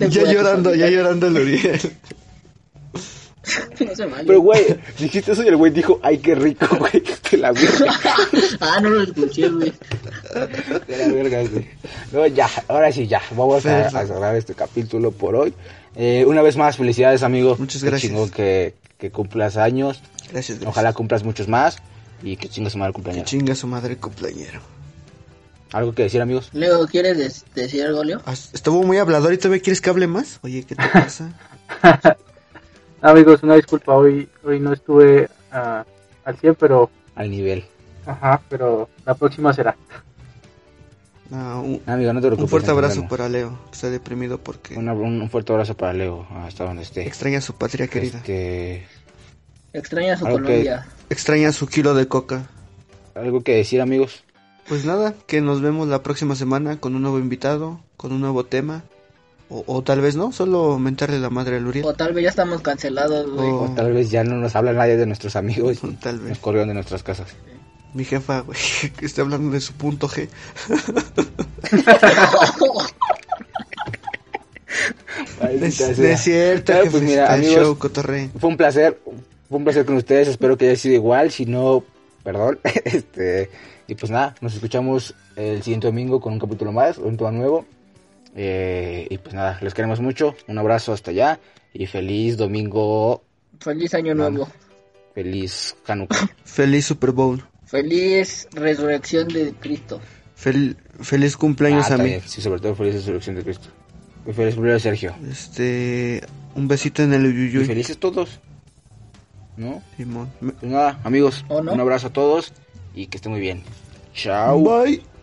Speaker 3: Ya llorando, ya llorando el Uriel.
Speaker 4: No se vaya.
Speaker 2: Pero, güey, dijiste eso y el güey dijo, ay, qué rico, güey, que te la vi.
Speaker 4: ah, no lo escuché, güey.
Speaker 2: De la verga, sí. No, ya, ahora sí, ya. Vamos a,
Speaker 3: Perfecto.
Speaker 2: a cerrar este capítulo por hoy. Eh, una vez más, felicidades, amigo.
Speaker 3: Muchas
Speaker 2: Qué
Speaker 3: gracias.
Speaker 2: chingón que, que cumplas años.
Speaker 3: Gracias, gracias.
Speaker 2: Ojalá cumplas muchos más. Y que chingas mal cumpleaños.
Speaker 3: Chinga su madre el cumpleañero.
Speaker 2: ¿Algo que decir, amigos?
Speaker 4: Leo, ¿quieres des- decir algo, Leo?
Speaker 3: Ah, Estuvo muy hablador y todavía quieres que hable más. Oye, ¿qué te pasa?
Speaker 1: Amigos, una disculpa, hoy, hoy no estuve ah, al 100, pero,
Speaker 2: Al nivel.
Speaker 1: ajá, pero la próxima será.
Speaker 3: No, Ah, un,
Speaker 2: Amigo, no te
Speaker 3: un
Speaker 2: preocupes.
Speaker 3: fuerte abrazo
Speaker 2: entendemos.
Speaker 3: para Leo. Está deprimido porque
Speaker 2: Una- un, un fuerte abrazo para Leo, hasta donde esté.
Speaker 3: extraña a su patria querida.
Speaker 2: Este,
Speaker 4: Extraña su
Speaker 2: Algo que-
Speaker 4: Colombia.
Speaker 3: Extraña su kilo de coca.
Speaker 2: ¿Algo que decir, amigos?
Speaker 3: Pues nada, que nos vemos la próxima semana con un nuevo invitado, con un nuevo tema. O, o tal vez no, solo mentarle la madre a Luriel.
Speaker 4: O tal vez ya estamos cancelados, güey.
Speaker 3: O-
Speaker 2: O tal vez ya no nos habla nadie de nuestros amigos. y
Speaker 3: Tal vez.
Speaker 2: Nos corrieron de nuestras casas.
Speaker 3: Mi jefa, güey, que está hablando de su punto G.
Speaker 2: Maldita
Speaker 3: Es
Speaker 2: sea.
Speaker 3: cierto,
Speaker 2: Claro,
Speaker 3: jefe,
Speaker 2: pues mira,
Speaker 3: está el
Speaker 2: amigos,
Speaker 3: show, cotorre.
Speaker 2: Fue un placer, fue un placer con ustedes, espero que haya sido igual, si no, perdón, este, y pues nada, nos escuchamos el siguiente domingo con un capítulo más, un tema nuevo, eh, y pues nada, les queremos mucho, un abrazo hasta allá, y feliz domingo,
Speaker 4: Feliz año nuevo.
Speaker 2: feliz Hanukkah.
Speaker 3: Feliz Super Bowl.
Speaker 4: Feliz resurrección de Cristo.
Speaker 3: Fel- feliz cumpleaños
Speaker 2: Ah,
Speaker 3: a mí.
Speaker 2: también, sí, sobre todo feliz resurrección de Cristo. Y feliz cumpleaños Sergio.
Speaker 3: Este, un besito en el
Speaker 2: Y
Speaker 3: uyuyuy.
Speaker 2: felices todos, ¿no?
Speaker 3: Simón. Me-
Speaker 2: Pues nada, amigos,
Speaker 4: ¿O no?
Speaker 2: un abrazo a todos, y que estén muy bien. Chao.
Speaker 3: Bye.